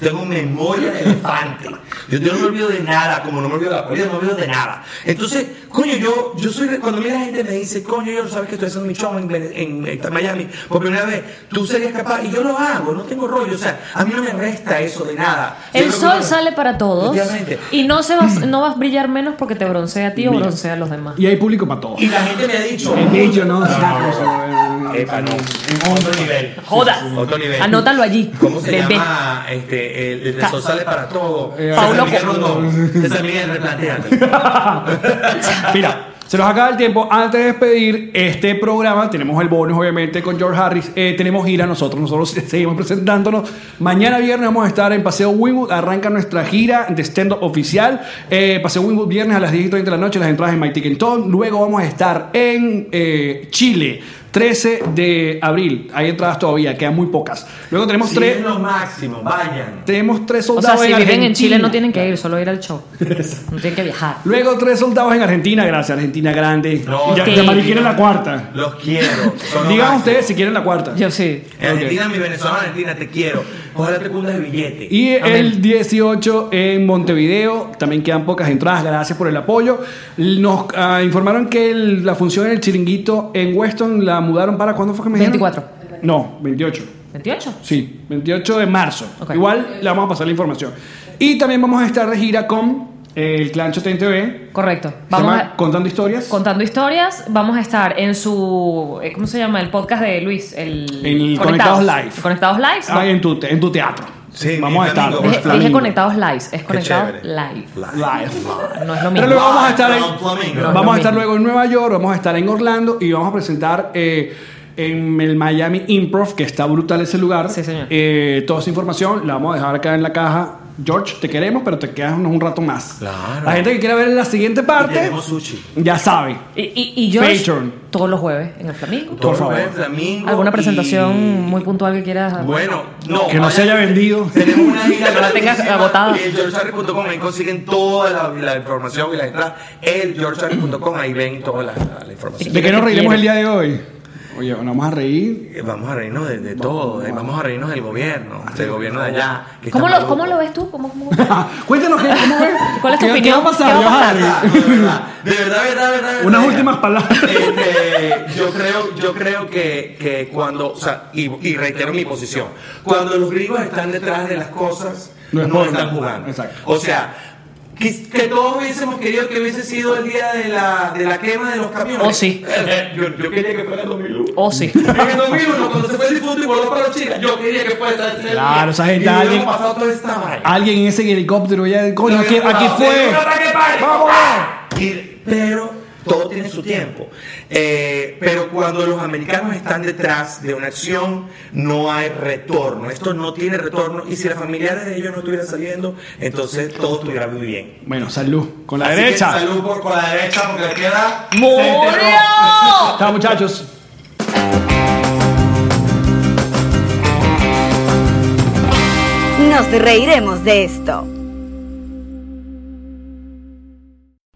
Tengo memoria de elefante. Yo, yo no me olvido de nada, como no me olvido de la política, no me olvido de nada. Entonces, coño, yo, yo soy. re- Cuando a mí la gente me dice, coño, yo sabes que estoy haciendo mi show en, Vene- en- en Miami por primera vez, tú serías capaz, y yo lo hago, no tengo rollo. O sea, a mí no me resta eso de nada. Yo
El
creo
sol
que-
sale para todos
Efectivamente.
y no se vas, no vas a brillar menos porque te broncea a ti o broncea a los demás.
Y hay público para todo.
Y la gente me ha dicho.
El nicho, ¿no?
Epa, no. Otro nivel.
Jodas.
Otro nivel.
Anótalo allí.
¿Cómo se
bebé.
llama? Este, el, el sol sale para todo.
Eh,
Paulo
Paulo
Cosmo. César Miguel, replanteate.
Mira, se nos acaba el tiempo. Antes de despedir este programa, tenemos el bonus, obviamente, con George Harris. Eh, tenemos gira nosotros. Nosotros <laughs> seguimos presentándonos. Mañana viernes vamos a estar en Paseo Winwood. Arranca nuestra gira de stand-up oficial. Eh, Paseo Winwood viernes a las 10 y 30 de la noche. Las entradas en My Ticket Tom. Luego vamos a estar en eh, Chile. 13 de abril. Hay entradas todavía, quedan muy pocas. Luego tenemos
Sí,
tres.
es lo máximo, vayan.
Tenemos tres
O sea,
soldados
si
en
viven en Chile
Argentina.
no tienen que ir, solo ir al show. No tienen que viajar.
Luego tres soldados en Argentina, gracias. Argentina grande.
No,
ya,
no,
ya
no.
Mari quiere la cuarta.
Los quiero. son lo
Digan
máximo.
ustedes si quieren la cuarta.
Yo sí.
Argentina, mi Venezuela, Argentina, te quiero. Ojalá te cundas el billete.
Y el 18 en Montevideo, también quedan pocas entradas, gracias por el apoyo. Nos ah, informaron que el- la función del chiringuito en Weston la mudaron para ¿cuándo fue que me dijeron?
24.
No, 28.
28.
Sí, 28 de marzo.
Ok.
Igual le vamos a pasar la información. Y también vamos a estar de gira con el Clan Choten TV.
Correcto.
Se
Vamos
llama
a-
Contando historias.
contando historias. Vamos a estar en su. eh, ¿Cómo se llama? El podcast de Luis. El,
El Conectados Live.
Conectados Live.
Ah, en, tu, te- en tu teatro.
Sí,
vamos a
el
estar.
domingo,
Dije,
Flamingo.
dije conectados live, es
Qué
conectado
chévere.
live.
Live.
No es lo
Pero
mismo.
luego vamos a estar
Live,
en,
no, Flamingo.
No es
vamos
lo
a estar
mismo.
luego en Nueva York, vamos a estar en Orlando y vamos a presentar eh, en el Miami Improv, que está brutal ese lugar.
Sí, señor.
Eh, toda esa información la vamos a dejar acá en la caja. George, te queremos, pero te quedas un rato más.
Claro.
La gente que quiera ver la siguiente
Y
parte,
tenemos sushi.
ya sabe.
Y, y, y George,
Patreon.
todos los jueves en el Flamingo.
Todo
favor.
el Flamingo
¿Alguna
y-
presentación muy puntual que quieras?
Bueno, no.
Que no se
vayan.
haya vendido.
<laughs>
Tenemos una gira
Que no la tengas
gratuitísima
agotada.
En georgeharry.com ahí consiguen toda la, la información y las entradas. El georgeharry.com ahí ven toda la, la- la información.
¿De qué nos
te
reiremos
quiero.
el día de hoy? Oye, nos vamos a reír.
Eh, Vamos a reírnos de, de todo, eh, vamos a reírnos del gobierno, del gobierno de allá. que
Ah, ¿Cómo
está
lo, ¿Cómo lo
maluco.
ves tú? ¿Cómo, cómo- cómo-
<laughs> Cuéntanos qué, cómo ves.
<laughs> ¿Cuál es tu
¿Qué- qué
opinión?
va a pasar,
¿Qué va a
George
pasar?
Harris?
De verdad, de verdad, de verdad, de verdad.
Unas últimas palabras.
Este, yo creo, yo creo que, que cuando, o sea, y, y reitero mi posición, cuando los gringos están detrás de las cosas,
No
no,
es por-
están jugando.
Exacto.
O sea, que, que todos hubiésemos querido que hubiese sido el día de la, de la quema de los camiones. Eh,
Oh, sí.
Yo, yo quería que fuera el 2001.
Oh, sí.
En el 2001, cuando se fue el difunto y voló para Chile, yo quería que fuera ese día.
Claro, esa gente,
Y luego
alguien-
pasado toda esta vaina.
Alguien en ese helicóptero ya, coño, aquí, aquí fue.
¡Vamos! Pero todo tiene su tiempo. Eh, pero cuando los americanos están detrás de una acción, no hay retorno. Esto no tiene retorno. Y si las familiares de ellos no estuvieran saliendo, entonces todo estuviera muy bien.
Bueno, salud. Con la
Así que
derecha.
salud por, con la derecha, porque le queda.
¡Murió!
Chao, muchachos.
Nos reiremos de esto.